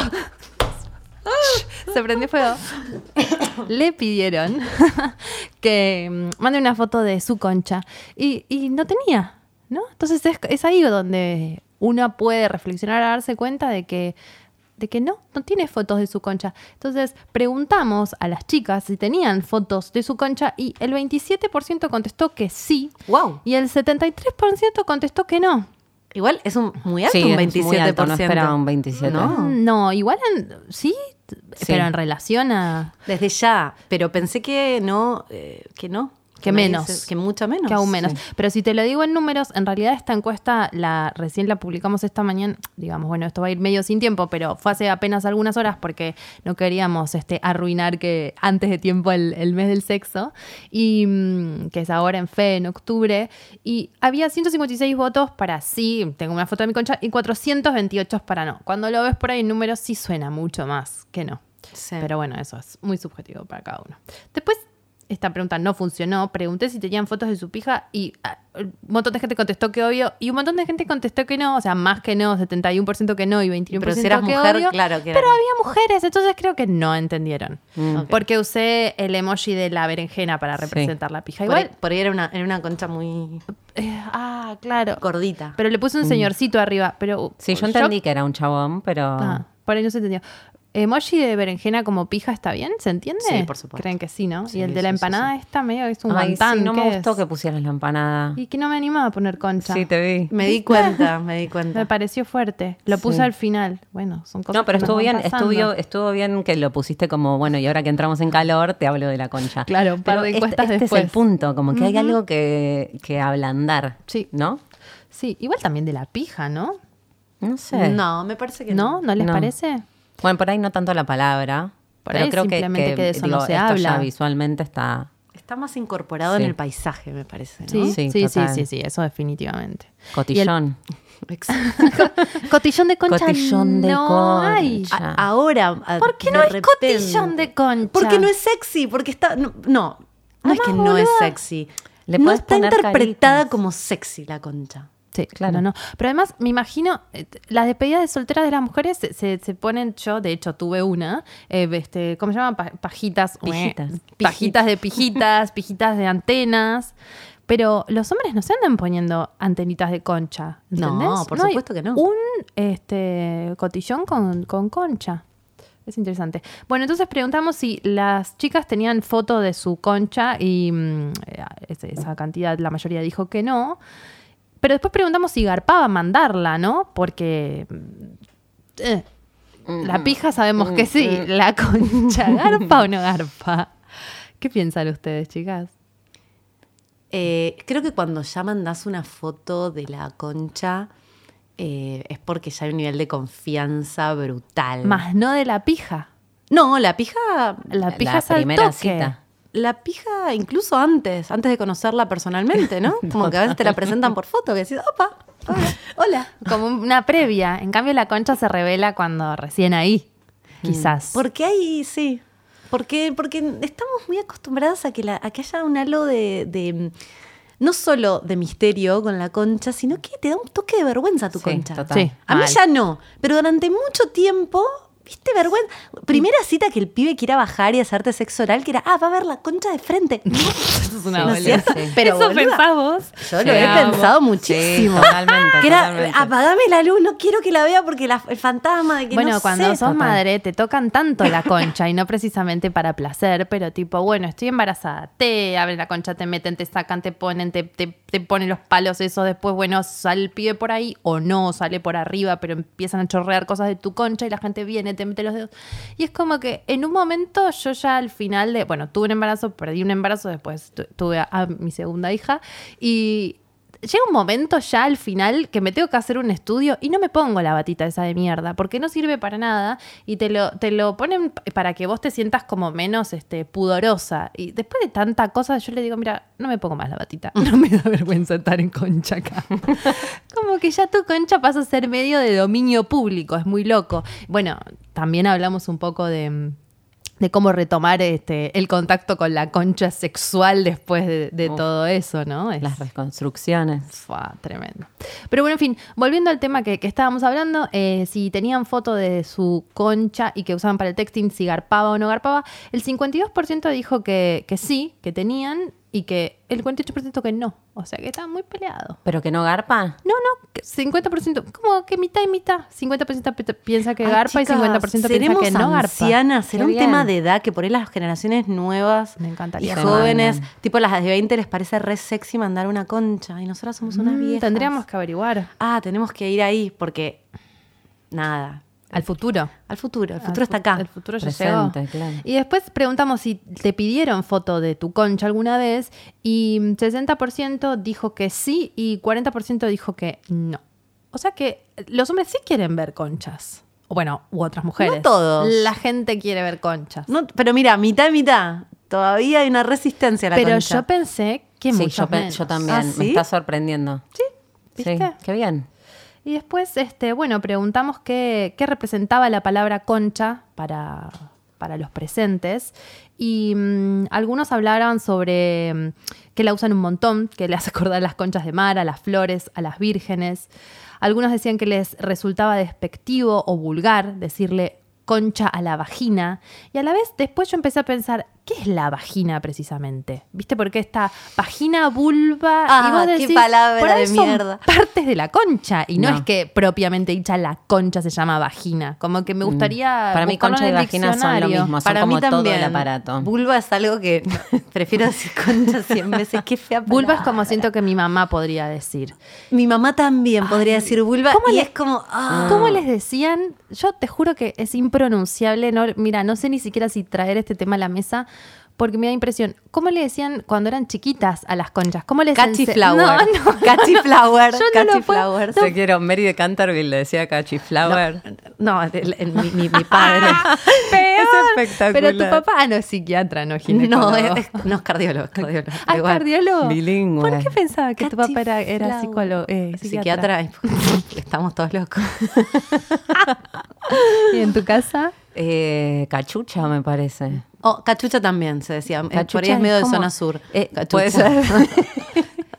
Speaker 2: se prendió fuego. Le pidieron <laughs> que mm, mande una foto de su concha y, y no tenía, ¿no? Entonces es, es ahí donde uno puede reflexionar a darse cuenta de que de que no, no tiene fotos de su concha. Entonces preguntamos a las chicas si tenían fotos de su concha y el 27% contestó que sí
Speaker 1: ¡Wow!
Speaker 2: y el 73% contestó que no.
Speaker 1: Igual es un muy alto,
Speaker 3: Sí,
Speaker 1: un 27%.
Speaker 3: es muy alto, no esperaba un 27.
Speaker 1: No.
Speaker 2: No, igual en- sí,
Speaker 3: Sí.
Speaker 2: pero en relación a...
Speaker 1: Desde ya, pero pensé que no, eh, que no.
Speaker 2: Que
Speaker 1: me
Speaker 2: menos.
Speaker 1: dices que mucho menos.
Speaker 2: Que aún menos.
Speaker 1: Sí.
Speaker 2: Pero si te lo digo en números, en realidad esta encuesta la recién la publicamos esta mañana. Digamos, bueno, esto va a ir medio sin tiempo, pero fue hace apenas algunas horas porque no queríamos este, arruinar que antes de tiempo el, el mes del sexo, y mm, que es ahora en fe, en octubre. Y había 156 votos para sí, tengo una foto de mi concha, y 428 para no. Cuando lo ves por ahí en números, sí suena mucho más que no.
Speaker 1: Sí.
Speaker 2: Pero bueno, eso es muy subjetivo para cada uno. Después, esta pregunta no funcionó. Pregunté si tenían fotos de su pija y ah, un montón de gente contestó que obvio y un montón de gente contestó que no. O sea, más que no, 71% que no y 21%
Speaker 1: Pero si eras
Speaker 2: que
Speaker 1: mujer,
Speaker 2: obvio.
Speaker 1: claro que Mm. era
Speaker 2: Pero
Speaker 1: no.
Speaker 2: había mujeres, entonces creo que no entendieron. Porque usé el emoji de la berenjena para
Speaker 3: Sí.
Speaker 2: representar la pija.
Speaker 1: por, ahí,
Speaker 2: Igual,
Speaker 1: por ahí era una, era una concha muy
Speaker 2: eh, ah, claro.
Speaker 1: gordita.
Speaker 2: Pero le
Speaker 1: Mm.
Speaker 2: puse un señorcito arriba. Pero uh,
Speaker 3: Sí, yo entendí que era un chabón, pero.
Speaker 2: Ah, por ahí no se entendió. ¿Emoji de berenjena como pija está bien? ¿Se entiende?
Speaker 1: Sí, por supuesto.
Speaker 2: Creen que sí, ¿no?
Speaker 1: Sí,
Speaker 2: y el de la
Speaker 1: sí, sí,
Speaker 2: empanada está medio es un
Speaker 3: Ay,
Speaker 2: guantán.
Speaker 3: sí, no me
Speaker 2: ¿qué
Speaker 3: gustó
Speaker 2: es?
Speaker 3: que pusieras la empanada.
Speaker 2: Y que no me animaba a poner concha.
Speaker 3: Sí, te vi.
Speaker 1: Me di cuenta, me di cuenta.
Speaker 2: Me pareció fuerte. Lo puse al final. Bueno, son cosas
Speaker 3: No, pero
Speaker 2: que nos
Speaker 3: estuvo
Speaker 2: van
Speaker 3: bien,
Speaker 2: pasando.
Speaker 3: estuvo, estuvo bien que lo pusiste como, bueno, y ahora que entramos en calor, te hablo de la concha.
Speaker 2: Claro, un par
Speaker 3: Pero
Speaker 2: de
Speaker 3: este-
Speaker 2: encuestas
Speaker 3: este,
Speaker 2: después.
Speaker 3: es el punto, como que hay algo que, que ablandar,
Speaker 2: Sí.
Speaker 3: ¿no?
Speaker 2: Sí, igual también de la pija, ¿no?
Speaker 3: No sé.
Speaker 1: No, me parece que no.
Speaker 2: ¿No? ¿No les
Speaker 3: No.
Speaker 2: parece?
Speaker 3: Bueno, por ahí no tanto la palabra,
Speaker 2: Por
Speaker 3: pero
Speaker 2: ahí
Speaker 3: creo que-
Speaker 2: simplemente
Speaker 3: que,
Speaker 2: que de eso no se
Speaker 3: esto
Speaker 2: habla.
Speaker 3: ya visualmente está...
Speaker 1: Está más incorporado
Speaker 3: Sí.
Speaker 1: en el paisaje, me parece. ¿no?
Speaker 2: Sí, sí,
Speaker 3: Sí,
Speaker 2: sí, sí,
Speaker 3: total.
Speaker 2: sí, eso definitivamente. <laughs>
Speaker 3: Cotillón.
Speaker 1: Exacto.
Speaker 2: Cotillón de concha.
Speaker 3: Cotillón de
Speaker 2: no hay.
Speaker 3: concha.
Speaker 1: A- ahora. a-
Speaker 2: ¿Por qué no
Speaker 1: de
Speaker 2: hay
Speaker 1: repente-
Speaker 2: cotillón de concha?
Speaker 1: Porque no es sexy, porque está. No, no, no es
Speaker 2: Además,
Speaker 1: que no es
Speaker 2: boluda,
Speaker 1: sexy.
Speaker 3: le
Speaker 1: no
Speaker 3: podés
Speaker 1: está
Speaker 3: poner
Speaker 1: interpretada
Speaker 3: caritas.
Speaker 1: como sexy la concha.
Speaker 2: Sí, claro, no. Pero además, me imagino, eh, t- las despedidas de solteras de las mujeres se, se- se ponen, yo de hecho tuve una, eh, este, ¿cómo se llaman? Pa- pajitas.
Speaker 3: Pijitas.
Speaker 2: Ué, Pajitas de pijitas, pijitas de antenas. Pero los hombres no se andan poniendo antenitas de concha.
Speaker 1: No,
Speaker 2: ¿entendés?
Speaker 1: por
Speaker 2: hay
Speaker 1: supuesto que no.
Speaker 2: Un este, cotillón con, con concha. Es interesante. Bueno, entonces preguntamos si las chicas tenían foto de su concha y mm, eh, ese- esa cantidad, la mayoría dijo que no. Pero después preguntamos si garpaba mandarla, ¿no? Porque. mm, eh, la pija sabemos que sí.
Speaker 1: <laughs>
Speaker 2: La concha, ¿garpa o no garpa? ¿Qué piensan ustedes, chicas?
Speaker 1: Eh, creo que cuando ya mandás una foto de la concha eh, es porque ya hay un nivel de confianza brutal.
Speaker 2: Más no de la pija.
Speaker 1: No, la pija.
Speaker 2: La pija es al
Speaker 3: primera
Speaker 2: toque.
Speaker 3: cita.
Speaker 1: La pija incluso antes, antes de conocerla personalmente,
Speaker 2: <laughs>
Speaker 1: ¿no? Como que a veces te la presentan por foto, que decís, opa, hola,
Speaker 2: <laughs>
Speaker 1: hola.
Speaker 2: Como una previa. En cambio, la concha se revela cuando recién ahí. Quizás.
Speaker 1: Porque ahí sí. Porque, porque estamos muy acostumbradas a que, la, a que haya un halo de, de, No solo de misterio con la concha, sino que te da un toque de vergüenza a tu
Speaker 3: Sí,
Speaker 1: concha.
Speaker 3: total.
Speaker 2: Sí.
Speaker 1: A mí
Speaker 2: mal.
Speaker 1: ya no, pero durante mucho tiempo, viste, vergüenza.
Speaker 3: Mm.
Speaker 1: Primera cita que el pibe quiera bajar y hacerte sexo oral, que era, ah, va a ver la concha de
Speaker 3: <laughs>
Speaker 1: frente.
Speaker 2: Eso es una
Speaker 1: ¿No
Speaker 2: boluda.
Speaker 1: es cierto?
Speaker 3: sí.
Speaker 1: Pero,
Speaker 2: Eso
Speaker 1: boluda,
Speaker 2: pensás vos.
Speaker 1: Yo lo
Speaker 3: Sí,
Speaker 1: he
Speaker 3: amo.
Speaker 1: pensado
Speaker 3: Sí,
Speaker 1: muchísimo.
Speaker 3: totalmente,
Speaker 1: Que era,
Speaker 3: totalmente.
Speaker 1: apagame la luz, no quiero que la vea porque la- el fantasma de que
Speaker 2: Bueno,
Speaker 1: no
Speaker 2: cuando
Speaker 1: sé.
Speaker 2: sos madre te tocan tanto
Speaker 1: <laughs>
Speaker 2: la concha y no precisamente para placer, pero tipo, bueno, estoy embarazada, te abren la concha, te meten, te sacan, te ponen, te, te, te ponen los palos esos, después, bueno, sale el pibe por ahí o no, sale por arriba, pero empiezan a chorrear cosas de tu concha y la gente viene, te mete los dedos. Y es como que en un momento yo ya al final de, bueno, tuve un embarazo, perdí un embarazo, después tu- tuve a, a mi segunda hija y llega un momento ya al final que me tengo que hacer un estudio y no me pongo la batita esa de mierda, porque no sirve para nada y te lo, te lo ponen p- para que vos te sientas como menos este, pudorosa. Y después de tanta cosa, yo le digo, mira, no me pongo más la batita, no me da vergüenza estar en concha
Speaker 3: <laughs>
Speaker 2: acá. como que ya tu concha pasa a ser medio de dominio público, es muy loco. Bueno, también hablamos un poco de... mm, de cómo retomar este, el contacto con la concha sexual después de, de
Speaker 3: Uf.
Speaker 2: todo eso, ¿no? Es-
Speaker 3: Las reconstrucciones.
Speaker 2: Fua, tremendo. Pero bueno, en fin, volviendo al tema que, que estábamos hablando, eh, si tenían foto de su concha y que usaban para el texting, si garpaba o no garpaba, el 52% dijo que, que sí, que tenían, y que el 48% que no. O sea, que estaba muy peleado.
Speaker 3: ¿Pero que no garpa?
Speaker 2: No, no, que 50%, como que mitad y mitad. 50% pi- piensa que
Speaker 1: Ay,
Speaker 2: garpa
Speaker 1: chicas,
Speaker 2: y 50% piensa
Speaker 1: seremos
Speaker 2: que no garpa.
Speaker 1: ancianas, será
Speaker 3: Qué
Speaker 1: un
Speaker 3: bien.
Speaker 1: tema de edad que por ahí las generaciones nuevas
Speaker 2: Me encantaría.
Speaker 1: y
Speaker 3: Se
Speaker 1: jóvenes,
Speaker 3: mandan.
Speaker 1: tipo las de 20 les parece re sexy mandar una concha y nosotras somos unas
Speaker 2: Mm,
Speaker 1: viejas.
Speaker 2: Tendríamos que averiguar
Speaker 1: Ah, tenemos que ir ahí porque nada,
Speaker 2: al futuro.
Speaker 1: al futuro, el
Speaker 2: Al
Speaker 1: futuro está
Speaker 2: fu-
Speaker 1: acá.
Speaker 2: El futuro ya
Speaker 3: Presente,
Speaker 2: llegó.
Speaker 3: claro.
Speaker 2: Y después preguntamos si te pidieron foto de tu concha alguna vez y 60% dijo que sí y 40% dijo que no. O sea que los hombres sí quieren ver conchas. O bueno, u otras mujeres.
Speaker 1: todos.
Speaker 2: La gente quiere ver conchas.
Speaker 1: No, pero mira, mitad y mitad. Todavía hay una resistencia a la
Speaker 2: Pero
Speaker 1: concha.
Speaker 2: yo pensé que
Speaker 3: Sí,
Speaker 2: mucho
Speaker 3: yo, pe-
Speaker 2: menos.
Speaker 3: yo también.
Speaker 1: ¿Ah, sí?
Speaker 3: Me está sorprendiendo. Sí.
Speaker 2: ¿viste?
Speaker 3: Qué bien.
Speaker 2: Y después, este, bueno, preguntamos qué, qué representaba la palabra concha para, para los presentes. Y mm, algunos hablaban sobre mm, que la usan un montón, que le hace acordar las conchas de mar, a las flores, a las vírgenes. Algunos decían que les resultaba despectivo o vulgar decirle concha a la vagina. Y a la vez, después yo empecé a pensar, ¿qué es la vagina precisamente? ¿Viste por qué está vagina, vulva?
Speaker 1: Ah,
Speaker 2: y vos
Speaker 1: qué
Speaker 2: decís,
Speaker 1: palabra
Speaker 2: por ahí
Speaker 1: de
Speaker 2: son
Speaker 1: mierda.
Speaker 2: partes de la concha. Y no,
Speaker 3: No.
Speaker 2: es que propiamente dicha la concha se llama vagina. Como que me gustaría.
Speaker 3: Mm. Para mí
Speaker 2: buscarlo
Speaker 3: concha
Speaker 2: en
Speaker 3: y
Speaker 2: el
Speaker 3: vagina son lo
Speaker 2: diccionario.
Speaker 3: mismo. son como todo el aparato.
Speaker 1: Vulva es algo que <laughs> prefiero decir concha 100 veces. Qué fea
Speaker 2: Vulva es
Speaker 1: palabra.
Speaker 2: como siento que mi mamá podría decir.
Speaker 1: Mi mamá también podría decir vulva
Speaker 2: ¿cómo
Speaker 1: y
Speaker 2: le-
Speaker 1: es como. ah.
Speaker 2: ¿Cómo les decían? Yo te juro que es impronunciable. No, mira, no sé ni siquiera si traer este tema a la mesa porque me da impresión. ¿Cómo le decían cuando eran chiquitas a las conchas? ¿Cómo les ense-
Speaker 1: Cachiflower.
Speaker 2: No,
Speaker 3: <laughs>
Speaker 2: no.
Speaker 1: Cachiflower.
Speaker 2: <laughs> Yo no lo puedo-
Speaker 1: Cachiflower.
Speaker 3: Te quiero. Mary de Canterville le decía Cachiflower.
Speaker 1: No, el- el- mi, mi- mi
Speaker 2: <laughs>
Speaker 1: padre.
Speaker 3: <laughs>
Speaker 2: Peor.
Speaker 3: espectacular.
Speaker 2: Pero tu papá ah, no es psiquiatra, no es ginecólogo.
Speaker 1: no, es, es- no es cardiólogo. es cardiólogo
Speaker 2: Ah,
Speaker 1: Igual.
Speaker 2: cardiólogo.
Speaker 3: Bilingüe.
Speaker 2: ¿Por qué pensaba que tu papá era, era
Speaker 1: Cachiflao.
Speaker 2: psicólogo, eh, psiquiatra?
Speaker 3: <laughs>
Speaker 1: Psiquiatra. <laughs> Estamos todos locos.
Speaker 2: ¿Y en tu casa?
Speaker 3: Eh, cachucha, me parece.
Speaker 1: Oh, cachucha también se decía. Eh, Por ahí
Speaker 3: Cachucha
Speaker 1: es medio de
Speaker 3: como-
Speaker 1: zona sur.
Speaker 3: Eh,
Speaker 1: Cachucha. <laughs>
Speaker 3: puede ser. <laughs>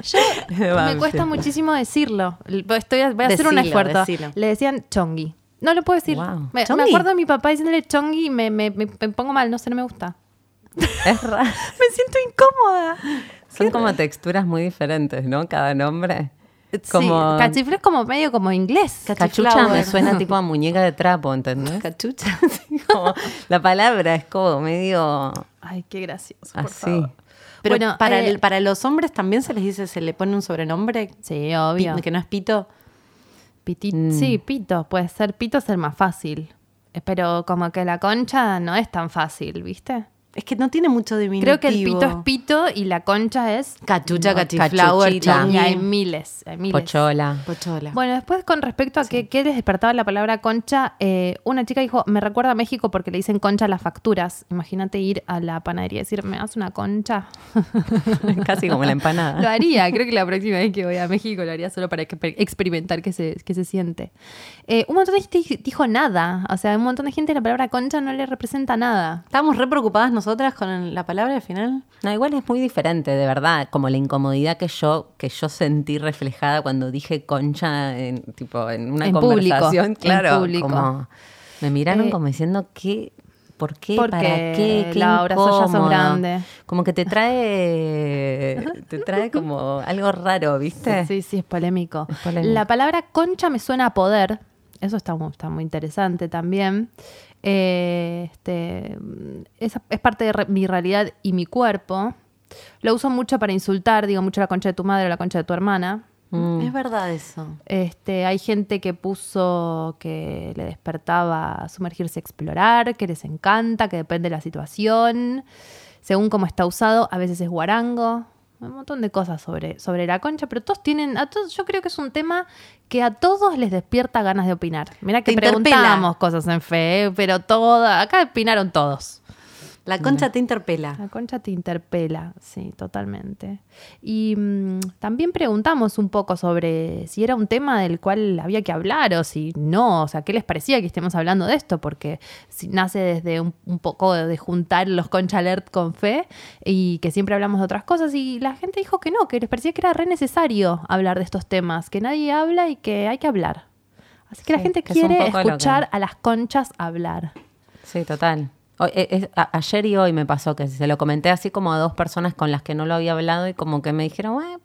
Speaker 2: Yo me
Speaker 3: Banfield.
Speaker 2: cuesta muchísimo decirlo. Estoy, voy a hacer un
Speaker 1: Decilo,
Speaker 2: esfuerzo.
Speaker 1: decilo.
Speaker 2: Le decían chongi. No lo puedo decir.
Speaker 3: Wow.
Speaker 2: Me, me
Speaker 1: ¿Chongui?
Speaker 2: acuerdo de mi papá diciéndole chongi y me, me- me- me pongo mal, no sé, no me gusta.
Speaker 3: Es
Speaker 2: <laughs>
Speaker 3: raro.
Speaker 2: Me siento incómoda.
Speaker 3: Son como texturas muy diferentes, ¿no? Cada nombre. Como
Speaker 2: Sí, cachiflé es como medio como inglés.
Speaker 1: Cach-
Speaker 3: cachucha me
Speaker 1: Cachiflower.
Speaker 3: suena tipo a muñeca de
Speaker 1: <laughs>
Speaker 3: trapo,
Speaker 2: <laughs>
Speaker 3: ¿entendés?
Speaker 1: Cachucha.
Speaker 3: Como- la palabra es como medio
Speaker 2: Ay, qué gracioso. por
Speaker 3: así.
Speaker 2: favor.
Speaker 1: Pero
Speaker 2: Bueno,
Speaker 1: para,
Speaker 2: eh,
Speaker 1: el- para los hombres también se les dice, se le pone un sobrenombre
Speaker 2: Sí,
Speaker 1: pi-
Speaker 2: obvio.
Speaker 1: que no es pito.
Speaker 2: Piti- Sí, pito, puede ser. Pito es el más fácil. Eh, Pero como que la concha no es tan fácil, ¿viste?
Speaker 1: Es que no tiene mucho diminutivo.
Speaker 2: Creo que el pito es Mm, pito y la concha es.
Speaker 1: Cachucha,
Speaker 3: No,
Speaker 1: cachiflower,
Speaker 3: cachuchita.
Speaker 2: Y
Speaker 1: chongui,
Speaker 2: hay miles, hay miles.
Speaker 3: Pochola.
Speaker 1: Mm.
Speaker 3: <laughs>
Speaker 1: pochola.
Speaker 2: Bueno, después con respecto a qué- qué les despertaba la palabra concha, eh, una chica dijo, me recuerda a México porque le dicen concha a las facturas. Imagínate ir a la panadería y decir, ¿me das una concha?
Speaker 3: Casi como la
Speaker 2: Lo
Speaker 3: empanada.
Speaker 2: haría, creo que la próxima vez que voy a México lo haría solo para que- para experimentar qué se, qué se siente. Eh, un montón de gente di- dijo nada, o sea, un montón de gente la palabra concha no le representa nada.
Speaker 1: Estábamos re preocupadas nosotras con el- la palabra al final.
Speaker 3: No, igual es muy diferente, de verdad, como la incomodidad que yo, que yo sentí reflejada cuando dije concha en, tipo, en una
Speaker 2: En público,
Speaker 3: conversación.
Speaker 2: en
Speaker 3: claro,
Speaker 2: público.
Speaker 3: como me miraron
Speaker 2: Eh,
Speaker 3: como diciendo qué, por qué,
Speaker 2: porque,
Speaker 3: para qué, qué
Speaker 2: Laura, sos ya sos
Speaker 3: incómodo.
Speaker 2: grande.
Speaker 3: Como que te
Speaker 2: <laughs>
Speaker 3: trae, te trae como algo raro, ¿viste?
Speaker 2: Sí, sí, es polémico.
Speaker 3: Es polémico.
Speaker 2: La palabra concha me suena a poder. Eso está muy, está muy interesante también. Eh, este, mm, esa es parte de re- mi realidad y mi cuerpo. Lo uso mucho para insultar, digo mucho la concha de tu madre o la concha de tu hermana. Mm.
Speaker 1: Es verdad eso.
Speaker 2: Este, hay gente que puso que le despertaba sumergirse a explorar, que les encanta, que depende de la situación. Según cómo está usado, a veces es guarango. un montón de cosas sobre, sobre la concha, pero todos tienen, a todos, yo creo que es un tema que a todos les despierta ganas de opinar. Mira que
Speaker 1: Te interpela.
Speaker 2: preguntábamos cosas en fe, ¿eh? pero toda, acá opinaron todos. Mm.
Speaker 1: La concha te interpela.
Speaker 2: La concha te interpela, sí, totalmente. Y mm, también preguntamos un poco sobre si era un tema del cual había que hablar o si no, o sea, qué les parecía que estemos hablando de esto, porque si- nace desde un, un poco de juntar los concha alert con fe y que siempre hablamos de otras cosas y la gente dijo que no, que les parecía que era re necesario hablar de estos temas, que nadie habla y que hay que hablar. Así que la
Speaker 3: Sí,
Speaker 2: gente
Speaker 3: que es un
Speaker 2: quiere
Speaker 3: poco lo que-
Speaker 2: escuchar a las conchas hablar.
Speaker 3: Sí, total. Hoy- eh, es- a- ayer y hoy me pasó que se lo comenté así como a dos personas con las que no lo había hablado y como que me dijeron, "Eh,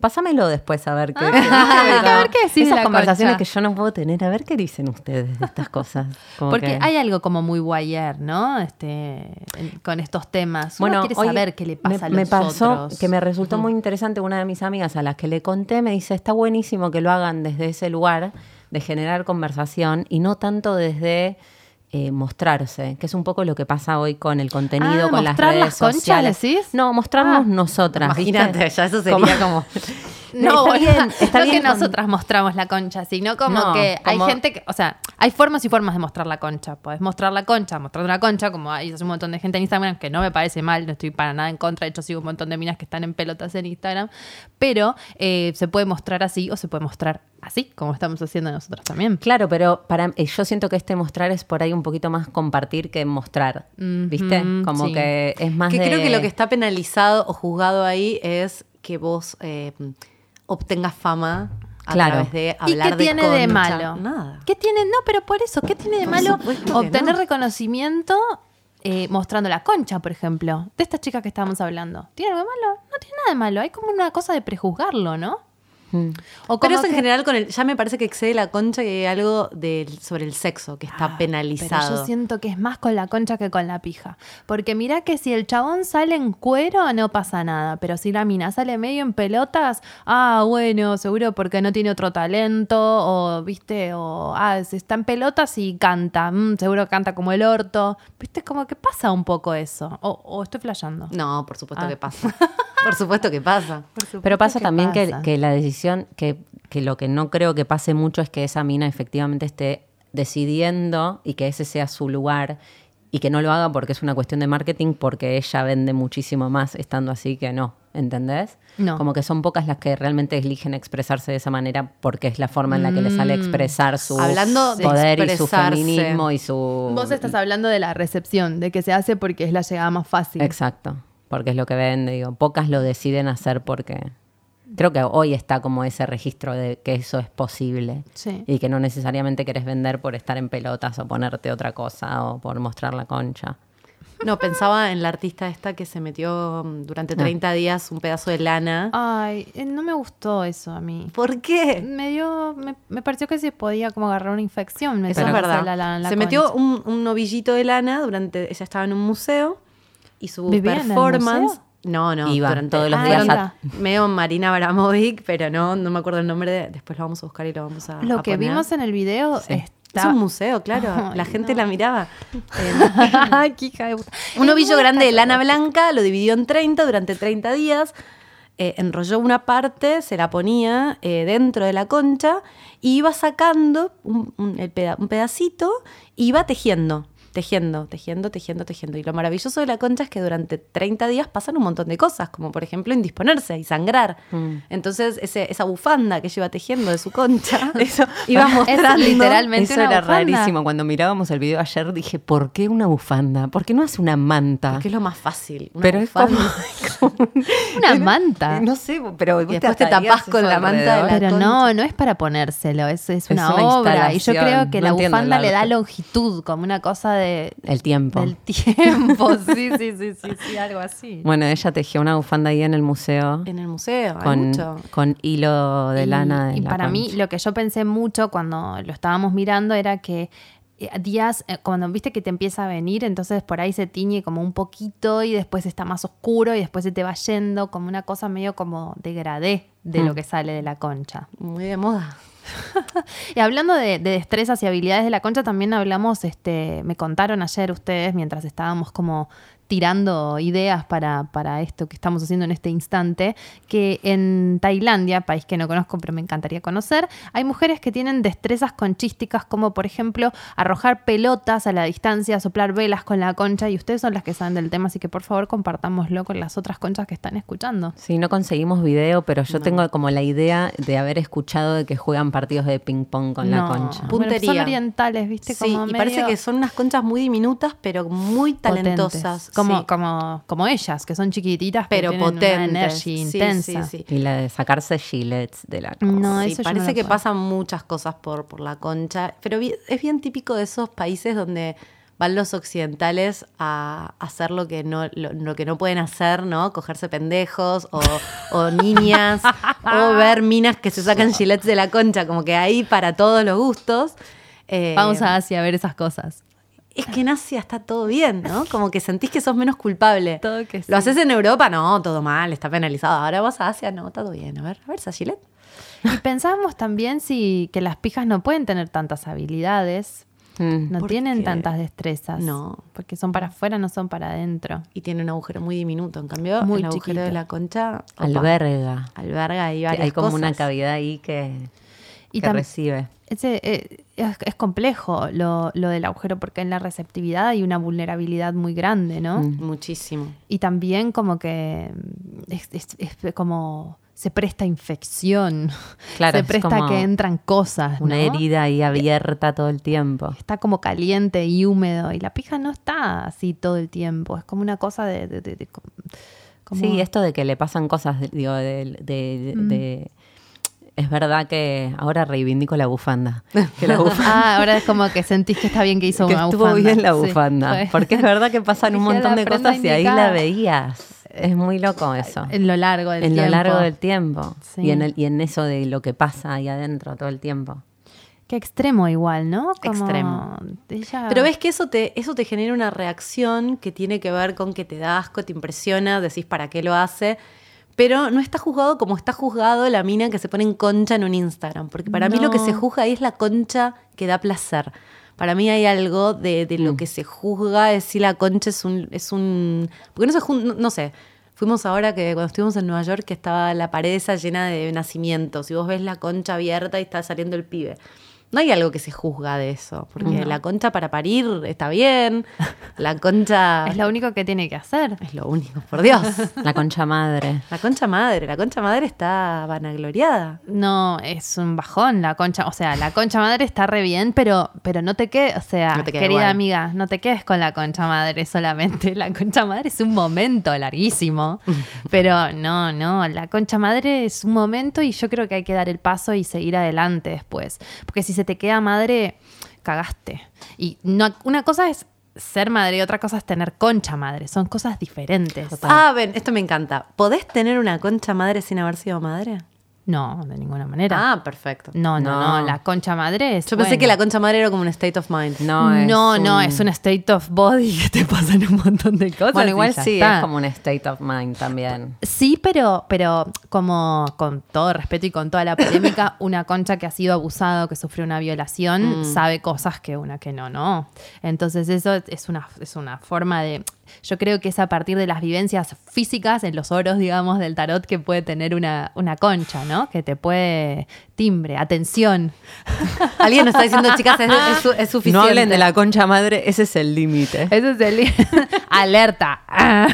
Speaker 3: pásamelo después
Speaker 2: <laughs>
Speaker 3: a ver qué.
Speaker 2: a ver qué decís de
Speaker 3: Esas
Speaker 2: la
Speaker 3: conversaciones
Speaker 2: concha.
Speaker 3: que yo no puedo tener, a ver qué dicen ustedes de estas cosas. Como
Speaker 2: Porque
Speaker 3: que-
Speaker 2: hay algo como muy guayer, ¿no? Este, en- con estos temas. Uno quiere
Speaker 3: hoy
Speaker 2: saber qué le pasa
Speaker 3: me,
Speaker 2: a
Speaker 3: me
Speaker 2: los
Speaker 3: pasó
Speaker 2: otros.
Speaker 3: que me resultó muy interesante una de mis amigas a las que le conté, me dice, está buenísimo que lo hagan desde ese lugar de generar conversación y no tanto desde eh, mostrarse, que es un poco lo que pasa hoy con el contenido,
Speaker 2: Ah,
Speaker 3: con las
Speaker 2: mostrar
Speaker 3: redes
Speaker 2: las conchas,
Speaker 3: sociales.
Speaker 2: decís?
Speaker 3: No, mostrarnos
Speaker 2: Ah.
Speaker 3: nosotras. ¿viste?
Speaker 1: Imagínate, ya eso sería
Speaker 3: <laughs>
Speaker 1: como-
Speaker 2: No, <laughs>
Speaker 3: está
Speaker 2: boluda,
Speaker 3: bien, está
Speaker 2: no
Speaker 3: bien
Speaker 2: que
Speaker 3: con-
Speaker 2: nosotras mostramos la concha, sino como
Speaker 3: No,
Speaker 2: que
Speaker 3: como-
Speaker 2: hay gente que, o sea, hay formas y formas de mostrar la concha. Podés mostrar la concha, mostrando la concha, como hay un montón de gente en Instagram que no me parece mal, no estoy para nada en contra. De hecho, sigo un montón de minas que están en pelotas en Instagram. Pero eh, se puede mostrar así o se puede mostrar así, como estamos haciendo nosotros también.
Speaker 3: Claro, pero para eh, yo siento que este mostrar es por ahí un poquito más compartir que mostrar, ¿viste?
Speaker 2: Ujú,
Speaker 3: Como
Speaker 2: sí.
Speaker 3: que es más
Speaker 1: Que creo
Speaker 3: de-
Speaker 1: que lo que está penalizado o juzgado ahí es que vos eh, obtengas fama a
Speaker 3: Claro.
Speaker 1: través de hablar
Speaker 2: ¿Y qué tiene de,
Speaker 1: concha.
Speaker 2: malo?
Speaker 1: Nada.
Speaker 2: ¿Qué tiene? No, pero por eso, ¿qué tiene de malo
Speaker 1: supuesto que
Speaker 2: obtener
Speaker 1: no.
Speaker 2: reconocimiento eh, mostrando la concha, por ejemplo? De estas chicas que estábamos hablando. ¿Tiene algo de malo? No tiene nada de malo. Hay como una cosa de prejuzgarlo, ¿no?
Speaker 3: Mm.
Speaker 2: O como
Speaker 1: Pero eso en
Speaker 2: que-
Speaker 1: general con el, ya me parece que excede la concha y hay algo del- sobre el sexo que está
Speaker 2: Ah, Pero
Speaker 1: penalizado.
Speaker 2: yo siento que es más con la concha que con la pija. Porque mirá que si el chabón sale en cuero, no pasa nada. Pero si la mina sale medio en pelotas, ah, bueno, seguro porque no tiene otro talento. O, viste, o, ah, si está en pelotas y canta. mm, seguro canta como el orto. Viste, como que pasa un poco eso. O, o estoy flasheando.
Speaker 1: No, por supuesto
Speaker 2: Ah.
Speaker 1: que pasa. <laughs> Por supuesto que pasa.
Speaker 3: Pero pasa también que-
Speaker 2: pasa.
Speaker 3: Que, la decisión, que, que lo que no creo que pase mucho es que esa mina efectivamente esté decidiendo y que ese sea su lugar y que no lo haga porque es una cuestión de marketing, porque ella vende muchísimo más estando así que no, ¿entendés?
Speaker 2: No.
Speaker 3: Como que son pocas las que realmente eligen expresarse de esa manera porque es la forma en la que le sale expresar su
Speaker 1: Hablando de
Speaker 3: poder y su
Speaker 1: expresarse.
Speaker 3: feminismo y su...
Speaker 2: Vos estás hablando de la recepción, de que se hace porque es la llegada más fácil.
Speaker 3: Exacto, porque es lo que vende, digo, pocas lo deciden hacer porque creo que hoy está como ese registro de que eso es posible
Speaker 2: Sí.
Speaker 3: y que no necesariamente querés vender por estar en pelotas o ponerte otra cosa o por mostrar la concha.
Speaker 1: No, pensaba en la artista esta que se metió mm, durante 30 días un pedazo de lana.
Speaker 2: Ay, eh, no me gustó eso a mí.
Speaker 1: ¿Por qué?
Speaker 2: me dio, me, me pareció que se podía como agarrar una infección. Me
Speaker 1: Eso es
Speaker 2: parece,
Speaker 1: verdad.
Speaker 2: la- la- la
Speaker 1: se metió
Speaker 2: concha.
Speaker 1: un, un novillito de lana durante. Ella estaba en un museo y su
Speaker 2: ¿Vivía en el
Speaker 1: performance.
Speaker 2: museo?
Speaker 1: No, no.
Speaker 3: Iba
Speaker 1: durante,
Speaker 3: todos los
Speaker 2: Ah, días
Speaker 1: durante-
Speaker 3: a-
Speaker 1: Medio Marina Abramovic, pero no, no me acuerdo el nombre. de- después lo vamos a buscar y lo vamos a.
Speaker 2: Lo
Speaker 1: a
Speaker 2: que
Speaker 1: poner.
Speaker 2: vimos en el video
Speaker 3: Sí.
Speaker 2: está...
Speaker 1: Es un museo, claro.
Speaker 2: <laughs> Ay,
Speaker 1: la gente
Speaker 2: no.
Speaker 1: la miraba. <laughs>
Speaker 2: Ay, qué hija de puta.
Speaker 1: Un
Speaker 2: Es
Speaker 1: ovillo
Speaker 2: muy
Speaker 1: grande de lana
Speaker 2: escatológico.
Speaker 1: blanca, lo dividió en 30 durante 30 días, eh, enrolló una parte, se la ponía eh, dentro de la concha y iba sacando un, un- el peda- un pedacito y iba tejiendo, tejiendo, tejiendo, tejiendo, tejiendo. Y lo maravilloso de la concha es que durante 30 días pasan un montón de cosas, como por ejemplo indisponerse y sangrar.
Speaker 3: Mm.
Speaker 1: Entonces ese- esa bufanda que lleva tejiendo de su
Speaker 3: <laughs>
Speaker 1: concha, <laughs> iba
Speaker 2: Es
Speaker 1: mostrando.
Speaker 2: literalmente
Speaker 3: Eso
Speaker 2: una
Speaker 3: era
Speaker 2: bufanda.
Speaker 3: rarísimo. Cuando mirábamos el video ayer dije, ¿por qué una bufanda? ¿Por qué no hace una manta?
Speaker 1: Que es lo más fácil. una
Speaker 3: Pero es como,
Speaker 1: <laughs> bufanda.
Speaker 2: Una manta.
Speaker 3: no sé, pero vos
Speaker 1: después te
Speaker 3: atarías
Speaker 1: tapás con
Speaker 3: eso
Speaker 1: la manta de la-
Speaker 3: alrededor.
Speaker 2: Pero no, no es para ponérselo, es, es una,
Speaker 3: una
Speaker 2: obra. Y yo creo
Speaker 3: instalación,
Speaker 2: que
Speaker 3: no
Speaker 2: la
Speaker 3: entiendo
Speaker 2: bufanda
Speaker 3: el
Speaker 2: le da
Speaker 3: arte.
Speaker 2: longitud, como una cosa de,
Speaker 3: El tiempo.
Speaker 1: <laughs>
Speaker 2: del tiempo. sí, sí, sí, sí, sí, algo así.
Speaker 3: Bueno, ella tejió una bufanda ahí en el museo.
Speaker 1: En el museo, hay
Speaker 3: con,
Speaker 1: mucho.
Speaker 3: con hilo de
Speaker 2: Y-
Speaker 3: lana. de
Speaker 2: Y
Speaker 3: la
Speaker 2: para mí,
Speaker 3: concha.
Speaker 2: lo que yo pensé mucho cuando lo estábamos mirando era que eh, días, eh, cuando viste que te empieza a venir, entonces por ahí se tiñe como un poquito y después está más oscuro y después se te va yendo como una cosa medio como degradé de
Speaker 3: Hmm.
Speaker 2: lo que sale de la concha.
Speaker 1: Muy de moda.
Speaker 2: Y hablando de, de destrezas y habilidades de la concha, también hablamos, este, me contaron ayer ustedes mientras estábamos como tirando ideas para, para esto que estamos haciendo en este instante, que en Tailandia, país que no conozco pero me encantaría conocer, hay mujeres que tienen destrezas conchísticas como por ejemplo arrojar pelotas a la distancia, soplar velas con la concha y ustedes son las que saben del tema, así que por favor compartámoslo con las otras conchas que están escuchando.
Speaker 3: Sí, no conseguimos video, pero yo
Speaker 2: No.
Speaker 3: tengo como la idea de haber escuchado de que juegan partidos de ping pong con la
Speaker 2: No.
Speaker 3: concha.
Speaker 2: Bueno, son
Speaker 1: Puntería.
Speaker 2: orientales, viste,
Speaker 1: Sí,
Speaker 2: como
Speaker 1: y parece
Speaker 2: medio
Speaker 1: que son unas conchas muy diminutas, pero muy
Speaker 2: potentes.
Speaker 1: talentosas.
Speaker 2: Como,
Speaker 1: sí.
Speaker 2: como, como ellas, que son chiquititas,
Speaker 1: pero
Speaker 2: pero
Speaker 1: potentes.
Speaker 2: una energía
Speaker 1: Sí, sí,
Speaker 2: intensa.
Speaker 1: sí.
Speaker 3: Y la de sacarse gilets de la concha.
Speaker 2: No,
Speaker 1: Sí,
Speaker 2: eso yo no
Speaker 1: parece
Speaker 2: lo
Speaker 1: que
Speaker 2: puedo.
Speaker 1: pasan muchas cosas por, por la concha, pero bi- es bien típico de esos países donde van los occidentales a hacer lo que no, lo, lo que no pueden hacer, ¿no? Cogerse pendejos o, o
Speaker 2: <laughs>
Speaker 1: niñas o ver minas que se sacan gilets de la concha, como que ahí para todos los gustos. Eh,
Speaker 2: Vamos a Asia a ver
Speaker 1: <laughs>
Speaker 2: esas cosas.
Speaker 1: Es que en Asia está todo bien, ¿no? Como que sentís que sos menos culpable.
Speaker 2: <laughs> Todo que sí.
Speaker 1: Lo haces en Europa, no, todo mal, está penalizado. Ahora vas a Asia, no, está todo bien. A ver, a ver esa gilet.
Speaker 2: Y pensábamos también si que las pijas no pueden tener tantas habilidades,
Speaker 3: Mm.
Speaker 2: no
Speaker 1: ¿Por
Speaker 2: tienen
Speaker 1: qué?
Speaker 2: tantas destrezas.
Speaker 1: No.
Speaker 2: Porque son para afuera, no son para adentro.
Speaker 1: y tiene un agujero muy diminuto. En cambio,
Speaker 2: Muy
Speaker 1: el agujero
Speaker 2: chiquito.
Speaker 1: de la concha opa,
Speaker 3: Alberga.
Speaker 1: alberga ahí varias
Speaker 3: Hay como una
Speaker 1: cosas.
Speaker 3: cavidad ahí que,
Speaker 2: Y
Speaker 3: que
Speaker 2: tam-
Speaker 3: recibe.
Speaker 2: ese, eh, es, es complejo lo, lo del agujero porque en la receptividad hay una vulnerabilidad muy grande, ¿no?
Speaker 1: Muchísimo.
Speaker 2: Y también como que mm, es, es- es como se presta infección,
Speaker 3: <laughs> Claro,
Speaker 2: se
Speaker 3: es
Speaker 2: presta
Speaker 3: como
Speaker 2: que entran cosas.
Speaker 3: Una
Speaker 2: ¿no?
Speaker 3: herida ahí abierta todo el tiempo.
Speaker 2: Está como caliente y húmedo y la pija no está así todo el tiempo, es como una cosa de... de- de- de- co- como-
Speaker 3: Sí, esto de que le pasan cosas, de- digo, de... de-
Speaker 2: Mm.
Speaker 3: de- es verdad que ahora reivindico la bufanda. Que
Speaker 2: <laughs>
Speaker 3: la bufanda
Speaker 2: <laughs> Ah, ahora es como que sentís que está bien que hizo
Speaker 3: que
Speaker 2: una
Speaker 3: estuvo
Speaker 2: bufanda.
Speaker 3: bien la
Speaker 2: Sí,
Speaker 3: bufanda.
Speaker 2: fue.
Speaker 3: Porque es verdad que pasan un
Speaker 2: Dije,
Speaker 3: montón
Speaker 2: la
Speaker 3: de
Speaker 2: prenda
Speaker 3: cosas y ahí la
Speaker 2: indicada.
Speaker 3: veías. Es muy loco eso.
Speaker 2: <laughs> En lo largo del
Speaker 3: en
Speaker 2: tiempo.
Speaker 3: lo largo del tiempo.
Speaker 2: Sí.
Speaker 3: Y, en el- y en eso de lo que pasa ahí adentro todo el tiempo.
Speaker 2: Qué extremo igual, ¿no? Como
Speaker 3: Extremo.
Speaker 2: ella-
Speaker 1: Pero ves que eso te, eso te genera una reacción que tiene que ver con que te da asco, te impresiona, decís para qué lo hace. Pero no está juzgado como está juzgado la mina que se pone en concha en un Instagram. Porque para mí lo que
Speaker 2: No.
Speaker 1: se juzga ahí es la concha que da placer. Para mí hay algo de, de lo que se juzga, es si la concha es un... Es un porque no se jun- no, no sé. Fuimos ahora que cuando estuvimos en Nueva York que estaba la pared esa llena de nacimientos y vos ves la concha abierta y está saliendo el pibe. No hay algo que se juzga de eso, porque la concha para parir está bien, la
Speaker 3: <laughs>
Speaker 1: concha
Speaker 2: Es lo único que tiene que hacer.
Speaker 1: es lo único, por Dios.
Speaker 2: <laughs>
Speaker 3: La concha madre.
Speaker 1: La concha madre, la concha madre está vanagloriada.
Speaker 2: No, es un bajón la concha. O sea, la concha madre está re bien, pero, pero no te quedes, o sea,
Speaker 1: No te queda
Speaker 2: querida
Speaker 1: igual.
Speaker 2: amiga, no te quedes con la concha madre solamente. <laughs> La concha madre es un momento larguísimo,
Speaker 1: <laughs>
Speaker 2: pero no, no, la concha madre es un momento y yo creo que hay que dar el paso y seguir adelante después. Porque si se te queda madre, cagaste. Y no, una cosa es ser madre y otra cosa es tener concha madre. Son cosas diferentes.
Speaker 1: Ah, ven, esto me encanta. ¿Podés tener una concha madre sin haber sido madre?
Speaker 2: No, de ninguna manera.
Speaker 1: Ah, perfecto.
Speaker 3: Mm,
Speaker 2: No, no, no,
Speaker 3: No.
Speaker 2: la concha madre es.
Speaker 1: Yo pensé
Speaker 2: bueno.
Speaker 1: que la concha madre era como un state of mind.
Speaker 3: No, es
Speaker 2: no,
Speaker 3: un-
Speaker 2: no, es un state of body que te pasan un montón de cosas.
Speaker 3: Bueno,
Speaker 2: y
Speaker 3: igual
Speaker 2: ya
Speaker 3: sí,
Speaker 2: está.
Speaker 3: es como un state of mind también.
Speaker 2: Sí, pero, pero como con todo respeto y con toda la
Speaker 3: <coughs>
Speaker 2: polémica, una concha que ha sido abusada o que sufrió una violación
Speaker 3: Mm.
Speaker 2: sabe cosas que una que no, no. Entonces eso es una, es una forma de... Yo creo que es a partir de las vivencias físicas en los oros, digamos, del tarot que puede tener una, una concha, ¿no? Que te puede timbre, atención.
Speaker 1: Alguien nos está diciendo, chicas, es, es su- es suficiente.
Speaker 3: No hablen de la concha madre, ese es el límite.
Speaker 2: Ese es el... <laughs> Alerta. Ah.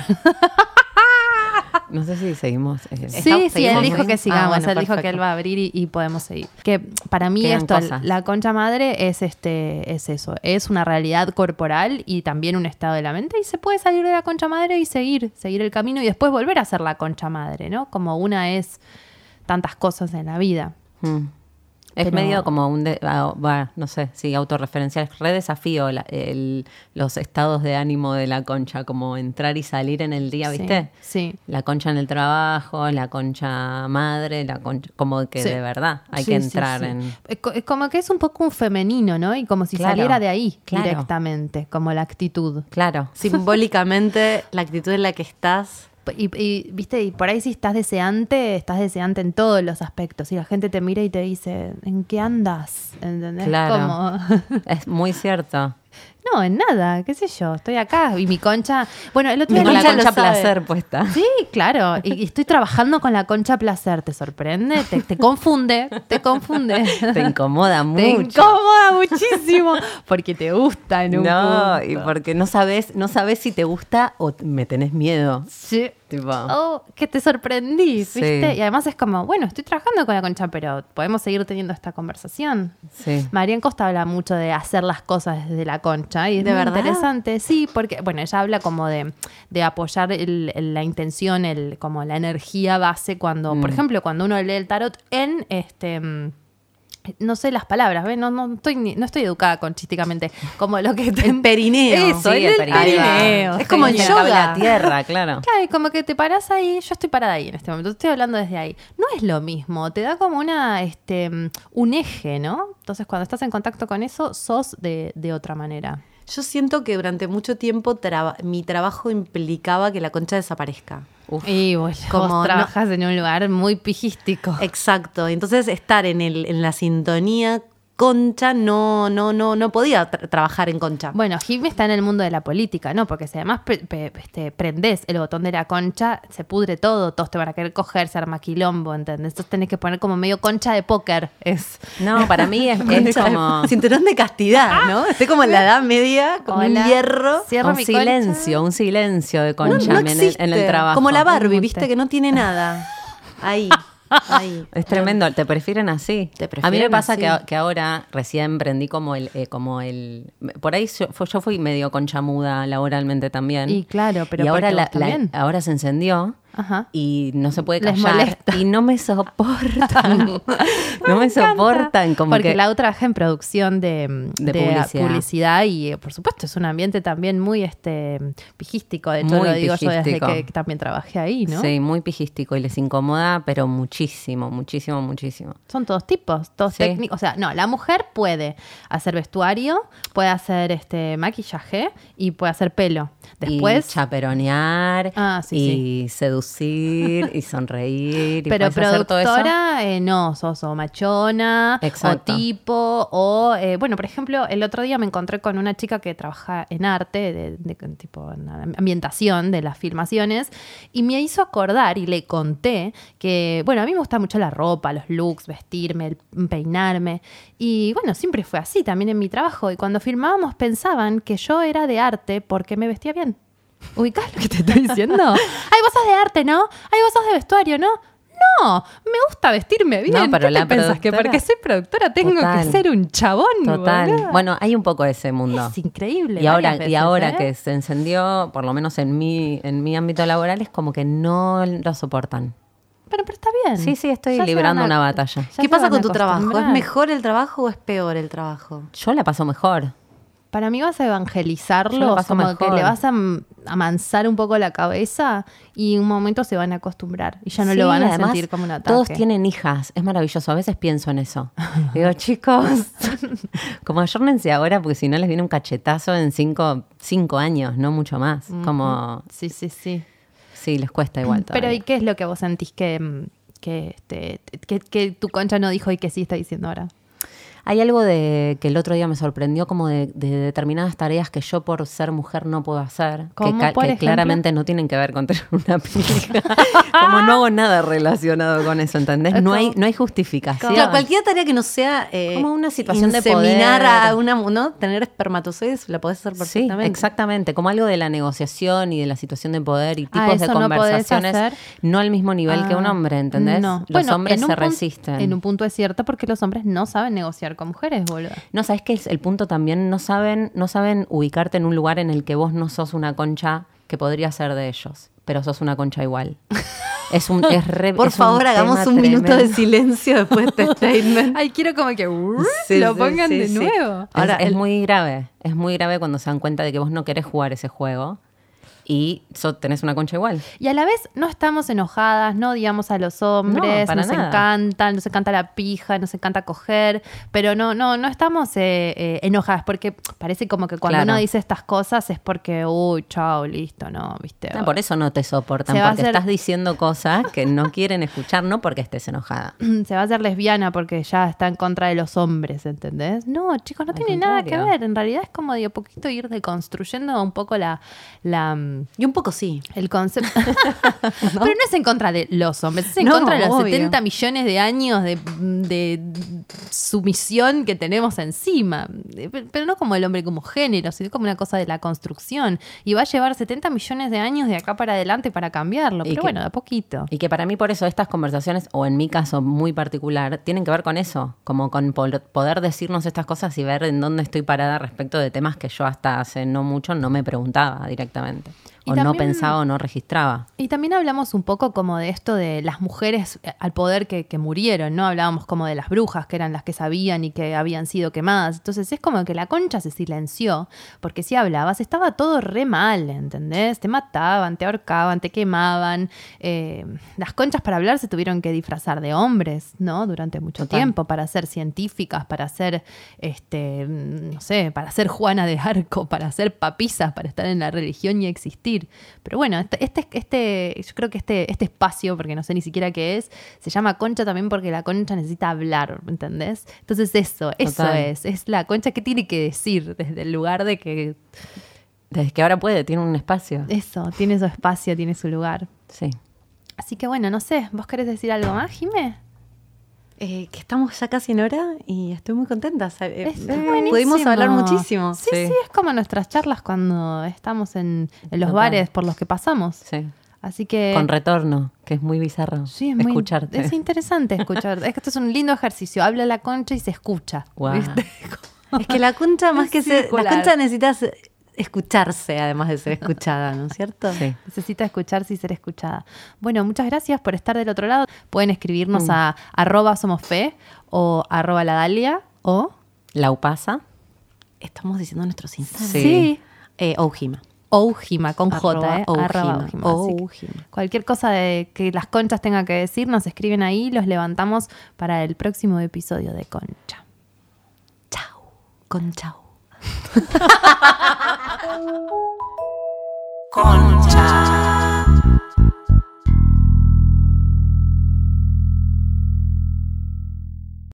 Speaker 3: No sé si seguimos. eh,
Speaker 2: Sí,
Speaker 1: ¿Estamos-
Speaker 2: sí, él
Speaker 1: seguimos?
Speaker 2: dijo que
Speaker 1: Ah,
Speaker 2: sigamos,
Speaker 1: bueno,
Speaker 2: él dijo que
Speaker 1: perfecto.
Speaker 2: él va a abrir y, y podemos seguir. Que para mí
Speaker 3: Quedan
Speaker 2: esto,
Speaker 3: cosas.
Speaker 2: la concha madre es este, es eso, es una realidad corporal y también un estado de la mente y se puede salir de la concha madre y seguir, seguir el camino y después volver a ser la concha madre, ¿no? Como una es tantas cosas en la vida.
Speaker 3: Mm. Es
Speaker 2: Pero-
Speaker 3: medio como un, de- ah, va, no sé, sí, autorreferencial, es re desafío la- el- los estados de ánimo de la concha, como entrar y salir en el día,
Speaker 2: Sí,
Speaker 3: ¿viste?
Speaker 2: sí.
Speaker 3: La concha en el trabajo, la concha madre, la concha, como que
Speaker 2: Sí.
Speaker 3: de verdad hay
Speaker 2: Sí,
Speaker 3: que
Speaker 2: sí,
Speaker 3: entrar
Speaker 2: sí.
Speaker 3: en...
Speaker 2: Es co- es como que es un poco un femenino, ¿no? Y como si
Speaker 3: Claro,
Speaker 2: saliera de ahí
Speaker 3: claro.
Speaker 2: directamente, como la actitud. <laughs>
Speaker 3: Claro,
Speaker 1: Simbólicamente, la actitud en la que estás.
Speaker 2: Y, y, viste, y por ahí si estás deseante, estás deseante en todos los aspectos. Y la gente te mira y te dice, ¿en qué andas? ¿Entendés?
Speaker 3: claro.
Speaker 2: Como- <laughs>
Speaker 3: es muy cierto.
Speaker 2: No, en nada, qué sé yo, estoy acá y mi concha. Bueno, el otro
Speaker 3: Con
Speaker 2: día
Speaker 3: la
Speaker 2: Licha lo
Speaker 3: concha
Speaker 2: sabe.
Speaker 3: placer puesta.
Speaker 2: <laughs> Sí, claro. Y, y estoy trabajando con la concha placer. ¿Te sorprende? Te, te confunde. Te confunde.
Speaker 3: <laughs>
Speaker 2: <laughs>
Speaker 3: Te incomoda
Speaker 2: Te
Speaker 3: mucho.
Speaker 2: incomoda muchísimo. Porque te gusta en un
Speaker 3: no, y
Speaker 2: punto.
Speaker 3: porque no sabes, no sabes si te gusta o t- me tenés miedo.
Speaker 2: Sí.
Speaker 3: Tipo,
Speaker 1: Ah.
Speaker 2: Oh, que te sorprendí,
Speaker 3: Sí.
Speaker 2: ¿viste? Y además es como, bueno, estoy trabajando con la concha, pero podemos seguir teniendo esta conversación.
Speaker 3: sí.
Speaker 2: Marian Costa habla mucho de hacer las cosas desde la concha y es
Speaker 1: ¿De
Speaker 2: muy
Speaker 1: verdad?
Speaker 2: interesante, sí, porque, bueno, ella habla como de, de apoyar el- el- la intención, el, como la energía base cuando,
Speaker 1: Mm.
Speaker 2: por ejemplo, cuando uno lee el tarot en este... mm, No sé las palabras, ¿ves? No, no, estoy, ni- no estoy educada conchísticamente. Como
Speaker 1: <laughs>
Speaker 2: lo que...
Speaker 1: El perineo.
Speaker 2: Eso,
Speaker 3: Sí,
Speaker 2: en
Speaker 3: el
Speaker 2: el
Speaker 3: perineo.
Speaker 2: perineo.
Speaker 1: Es como
Speaker 2: sí.
Speaker 1: el
Speaker 3: Te
Speaker 1: yoga.
Speaker 3: cabe la tierra, claro.
Speaker 2: Claro, y como que te paras ahí, yo estoy parada ahí en este momento, estoy hablando desde ahí. No es lo mismo, te da como una, este, mm, un eje, ¿no? Entonces cuando estás en contacto con eso, sos de, de otra manera.
Speaker 1: Yo siento que durante mucho tiempo traba- mi trabajo implicaba que la concha desaparezca.
Speaker 2: y vos,
Speaker 1: como no-
Speaker 2: trabajas en un lugar muy pijístico.
Speaker 1: Exacto. Entonces estar en, el, en la sintonía concha no, no, no, no podía tra- trabajar en concha.
Speaker 2: Bueno, Jim está en el mundo de la política, ¿no? Porque si además pre- pe- este, prendés el botón de la concha, se pudre todo, todos te van a querer coger, se arma quilombo, ¿entendés? Entonces tenés que poner como medio concha de póker. Es.
Speaker 3: No, para mí
Speaker 1: <laughs>
Speaker 3: es, es
Speaker 1: Concha,
Speaker 3: como
Speaker 1: Cinturón de castidad, ¿no?
Speaker 3: Ah.
Speaker 1: Estoy como en la edad media, con
Speaker 2: Hola.
Speaker 1: un hierro.
Speaker 2: Cierro
Speaker 3: un
Speaker 2: mi concha.
Speaker 3: silencio, un silencio de
Speaker 1: No,
Speaker 3: concha
Speaker 1: no
Speaker 3: en, el, en el
Speaker 1: existe.
Speaker 3: trabajo.
Speaker 1: Como la Barbie,
Speaker 2: Monte.
Speaker 1: viste, que no tiene nada.
Speaker 3: <laughs>
Speaker 1: Ahí, ahí.
Speaker 3: Es tremendo, te prefieren así.
Speaker 1: Te
Speaker 3: a mí me
Speaker 1: prefieren
Speaker 3: pasa
Speaker 1: así.
Speaker 3: que, a- que ahora recién prendí como el, eh, como el por ahí yo, fu- yo fui medio conchamuda laboralmente también.
Speaker 2: Y claro, pero
Speaker 3: y ahora
Speaker 2: porque vos también.
Speaker 3: ahora se encendió
Speaker 1: <laughs>
Speaker 2: Ajá.
Speaker 3: y no se puede
Speaker 2: Les
Speaker 3: callar
Speaker 2: molesta.
Speaker 3: y no me
Speaker 2: <laughs>
Speaker 3: soportan. no me soportan como
Speaker 2: Porque
Speaker 3: que
Speaker 2: la otra trabaja en producción de, mm,
Speaker 3: De
Speaker 2: de
Speaker 3: publicidad.
Speaker 2: publicidad. y eh, por supuesto es un ambiente también muy este pijístico, de hecho
Speaker 3: Muy
Speaker 2: lo digo yo desde
Speaker 3: pijístico.
Speaker 2: que, que también trabajé ahí, ¿no?
Speaker 3: Sí, muy pijístico y les incomoda, pero muchísimo, muchísimo, muchísimo.
Speaker 2: Son todos tipos, todos
Speaker 3: Sí.
Speaker 2: técnicos. O sea, no, la mujer puede hacer vestuario, puede hacer este maquillaje y puede hacer pelo.
Speaker 3: y
Speaker 2: Después,
Speaker 3: chaperonear
Speaker 2: Ah, sí,
Speaker 3: y seducir y sonreír y
Speaker 2: pero
Speaker 3: puedes hacer todo eso.
Speaker 2: productora, eh, no, sos o machona,
Speaker 3: Exacto.
Speaker 2: o tipo, o, eh, bueno, por ejemplo, el otro día me encontré con una chica que trabaja en arte, de, de- de tipo en ambientación de las filmaciones, y me hizo acordar y le conté que, bueno, a mí me gusta mucho la ropa, los looks, vestirme, el- peinarme, y bueno, siempre fue así también en mi trabajo, y cuando filmábamos pensaban que yo era de arte porque me vestía bien. ¿Ubicás lo que te estoy diciendo? <laughs> Ay, vos sos de arte, ¿no? Ay, vos sos de vestuario, ¿no? No, me gusta vestirme bien.
Speaker 3: No, pero
Speaker 2: ¿Qué
Speaker 3: la
Speaker 2: te pensás? Que
Speaker 3: productora-
Speaker 2: porque soy productora tengo
Speaker 3: Total.
Speaker 2: que ser un chabón,
Speaker 3: Total.
Speaker 2: boluda?
Speaker 3: Bueno, hay un poco de ese mundo.
Speaker 2: es increíble.
Speaker 3: Y ahora,
Speaker 2: varias
Speaker 3: y
Speaker 2: veces,
Speaker 3: ahora
Speaker 2: ¿eh?
Speaker 3: que se encendió, por lo menos en mi, en mi ámbito laboral, es como que no lo soportan.
Speaker 2: Pero, pero está bien.
Speaker 3: Sí, sí, estoy
Speaker 2: Ya se
Speaker 3: librando
Speaker 2: van a-
Speaker 3: una batalla.
Speaker 2: ya
Speaker 1: ¿Qué
Speaker 2: se
Speaker 1: pasa
Speaker 2: van
Speaker 1: con
Speaker 2: a
Speaker 1: tu trabajo? ¿Es
Speaker 2: acostumbrar.
Speaker 1: mejor el trabajo o es peor el trabajo?
Speaker 3: Yo la paso mejor.
Speaker 2: Para mí vas a
Speaker 3: Yo la
Speaker 2: evangelizarlo,
Speaker 3: paso
Speaker 2: como que
Speaker 3: mejor.
Speaker 2: le vas a am- amansar un poco la cabeza y en un momento se van a acostumbrar y ya no
Speaker 3: Sí,
Speaker 2: lo van a
Speaker 3: además,
Speaker 2: sentir como un ataque.
Speaker 3: Todos tienen hijas, es maravilloso. A veces pienso
Speaker 2: <laughs>
Speaker 3: en eso. Digo, chicos, <laughs> como ayórnense ahora, porque si no les viene un cachetazo en cinco, cinco años, no mucho más. Como,
Speaker 2: Sí, sí, sí.
Speaker 3: sí, les cuesta igual.
Speaker 2: Pero ¿y
Speaker 3: todavía.
Speaker 2: qué es lo que vos sentís que, mm, que, este, que- que tu concha no dijo y que sí está diciendo ahora?
Speaker 3: Hay algo de que el otro día me sorprendió, como de, de determinadas tareas que yo por ser mujer no puedo hacer, que,
Speaker 2: ¿Cómo, por
Speaker 3: que
Speaker 2: ejemplo?
Speaker 3: claramente no tienen que ver con tener
Speaker 2: <laughs>
Speaker 3: una pija. como no hago nada relacionado con eso, ¿entendés? No hay, no hay justificación.
Speaker 1: Claro, cualquier tarea que no sea eh,
Speaker 3: Como una situación de
Speaker 1: inseminar
Speaker 3: poder.
Speaker 1: a una mu- ¿no? tener espermatozoides, la podés hacer
Speaker 3: Sí,
Speaker 1: perfectamente.
Speaker 3: exactamente. Como algo de la negociación y de la situación de poder y
Speaker 2: Ah,
Speaker 3: tipos de
Speaker 2: ¿eso no podés
Speaker 3: conversaciones no,
Speaker 2: hacer?
Speaker 3: al mismo nivel que un
Speaker 2: Ah,
Speaker 3: hombre, ¿entendés?
Speaker 2: no.
Speaker 3: Los
Speaker 2: Bueno,
Speaker 3: hombres
Speaker 2: en
Speaker 3: se
Speaker 2: un pun-
Speaker 3: resisten.
Speaker 2: En un punto es cierto porque los hombres no saben negociar con mujeres, boludo.
Speaker 3: No, sabes que el punto también no saben, no saben ubicarte en un lugar en el que vos no sos una concha que podría ser de ellos, pero sos una concha
Speaker 2: <laughs>
Speaker 3: igual. Es un es re-
Speaker 1: Por
Speaker 3: Em, es un
Speaker 1: favor, hagamos
Speaker 3: tema
Speaker 1: un minuto de <laughs>
Speaker 3: tremendo.
Speaker 1: silencio después de este statement.
Speaker 2: Ay, quiero como que uh,
Speaker 3: Sí,
Speaker 2: lo
Speaker 3: sí,
Speaker 2: pongan
Speaker 3: sí,
Speaker 2: de
Speaker 3: sí.
Speaker 2: nuevo.
Speaker 3: Es-
Speaker 1: Ahora,
Speaker 3: es,
Speaker 1: el-
Speaker 3: muy grave, es muy grave cuando se dan cuenta de que vos no querés jugar ese juego y so- tenés una concha igual.
Speaker 2: Y a la vez no estamos enojadas, no odiamos a los hombres,
Speaker 3: No, para
Speaker 2: nos
Speaker 3: nada.
Speaker 2: encanta, nos encanta la pija, nos encanta coger, pero no, no, no estamos eh, eh, enojadas, porque parece como que cuando
Speaker 3: Claro.
Speaker 2: uno dice estas cosas es porque, uy, chao, listo, no, viste.
Speaker 3: Ah, por eso no te soportan,
Speaker 2: Se va a
Speaker 3: porque
Speaker 2: hacer-
Speaker 3: estás diciendo cosas que no quieren escuchar, no porque estés enojada.
Speaker 2: <clears throat> se va a hacer lesbiana porque ya está en contra de los hombres, ¿entendés? No, chicos, no
Speaker 3: Al
Speaker 2: tiene nada que
Speaker 3: contrario.
Speaker 2: ver. En realidad es como de a poquito ir deconstruyendo un poco la, la mm,
Speaker 1: Y un poco sí.
Speaker 2: el
Speaker 3: <laughs>
Speaker 2: concepto. <laughs> Pero no es en contra de los hombres, es en
Speaker 1: No,
Speaker 2: contra de los
Speaker 1: obvio.
Speaker 2: 70 millones de años de, de sumisión que tenemos encima. Eh, pe- Pero no como el hombre como género, sino como una cosa de la construcción. Y va a llevar 70 millones de años de acá para adelante para cambiarlo.
Speaker 3: Y
Speaker 2: Pero
Speaker 3: que-
Speaker 2: bueno, de a poquito.
Speaker 3: Y que para mí por eso estas conversaciones, o en mi caso muy particular, tienen que ver con eso, como con pol- poder decirnos estas cosas y ver en dónde estoy parada respecto de temas que yo hasta hace no mucho no me preguntaba directamente,
Speaker 2: Y
Speaker 3: o no
Speaker 2: también-
Speaker 3: pensaba o no registraba.
Speaker 2: Y también hablamos un poco como de esto de las mujeres eh, al poder que, que murieron, ¿no? Hablábamos como de las brujas, que eran las que sabían y que habían sido quemadas. Entonces es como que la concha se silenció, porque si hablabas estaba todo re mal, ¿entendés? Te mataban, te ahorcaban, te quemaban. Eh, las conchas para hablar se tuvieron que disfrazar de hombres, ¿no? Durante mucho
Speaker 3: Total.
Speaker 2: tiempo, para ser científicas, para ser, este, mm, no sé, para ser Juana de Arco, <laughs> para ser papisas, para estar en la religión y existir. Pero bueno, este, este, este- yo creo que este, este espacio, porque no sé ni siquiera qué es, se llama concha también porque la concha necesita hablar, ¿entendés? Entonces eso, eso
Speaker 3: Total.
Speaker 2: es, es la concha que tiene que decir desde el lugar de que
Speaker 3: Desde que ahora puede, tiene un espacio.
Speaker 2: eso, tiene su espacio, tiene su lugar.
Speaker 3: Sí.
Speaker 2: Así que bueno, no sé, ¿vos querés decir algo más, Jimé?
Speaker 1: Eh, que estamos ya casi en hora y estoy muy contenta. sa- eh,
Speaker 2: Es
Speaker 1: eh,
Speaker 2: buenísimo.
Speaker 1: pudimos hablar muchísimo.
Speaker 2: Sí, sí,
Speaker 3: Sí.
Speaker 2: es como nuestras charlas cuando estamos en, en los
Speaker 3: Total.
Speaker 2: bares por los que pasamos.
Speaker 3: Sí.
Speaker 2: Así que.
Speaker 3: Con retorno, que es muy bizarro
Speaker 2: Eh, Sí, es muy-
Speaker 3: escucharte.
Speaker 2: Es interesante escuchar. es que esto es un lindo ejercicio. Habla la concha y se escucha.
Speaker 3: Guau.
Speaker 2: ¿viste? <laughs>
Speaker 1: Es que la concha, más que ser. La
Speaker 2: Circular.
Speaker 1: concha necesitas escucharse, además de ser escuchada, ¿no es cierto?
Speaker 3: Sí.
Speaker 2: Necesita escucharse y ser escuchada. Bueno, muchas gracias por estar del otro lado. Pueden escribirnos a arroba somosfe o arroba la dalia o.
Speaker 3: La upasa.
Speaker 1: Estamos diciendo nuestros instantes.
Speaker 3: Sí.
Speaker 1: Eh, Ojima.
Speaker 2: Oujima, con J,
Speaker 1: Arroba
Speaker 2: ¿eh?
Speaker 1: Oujima.
Speaker 2: Arroba Oujima. Así que
Speaker 1: Oujima.
Speaker 2: Cualquier cosa de que las conchas tengan que decir, nos escriben ahí y los levantamos para el próximo episodio de Concha.
Speaker 1: Chau. Con chau.
Speaker 4: Concha.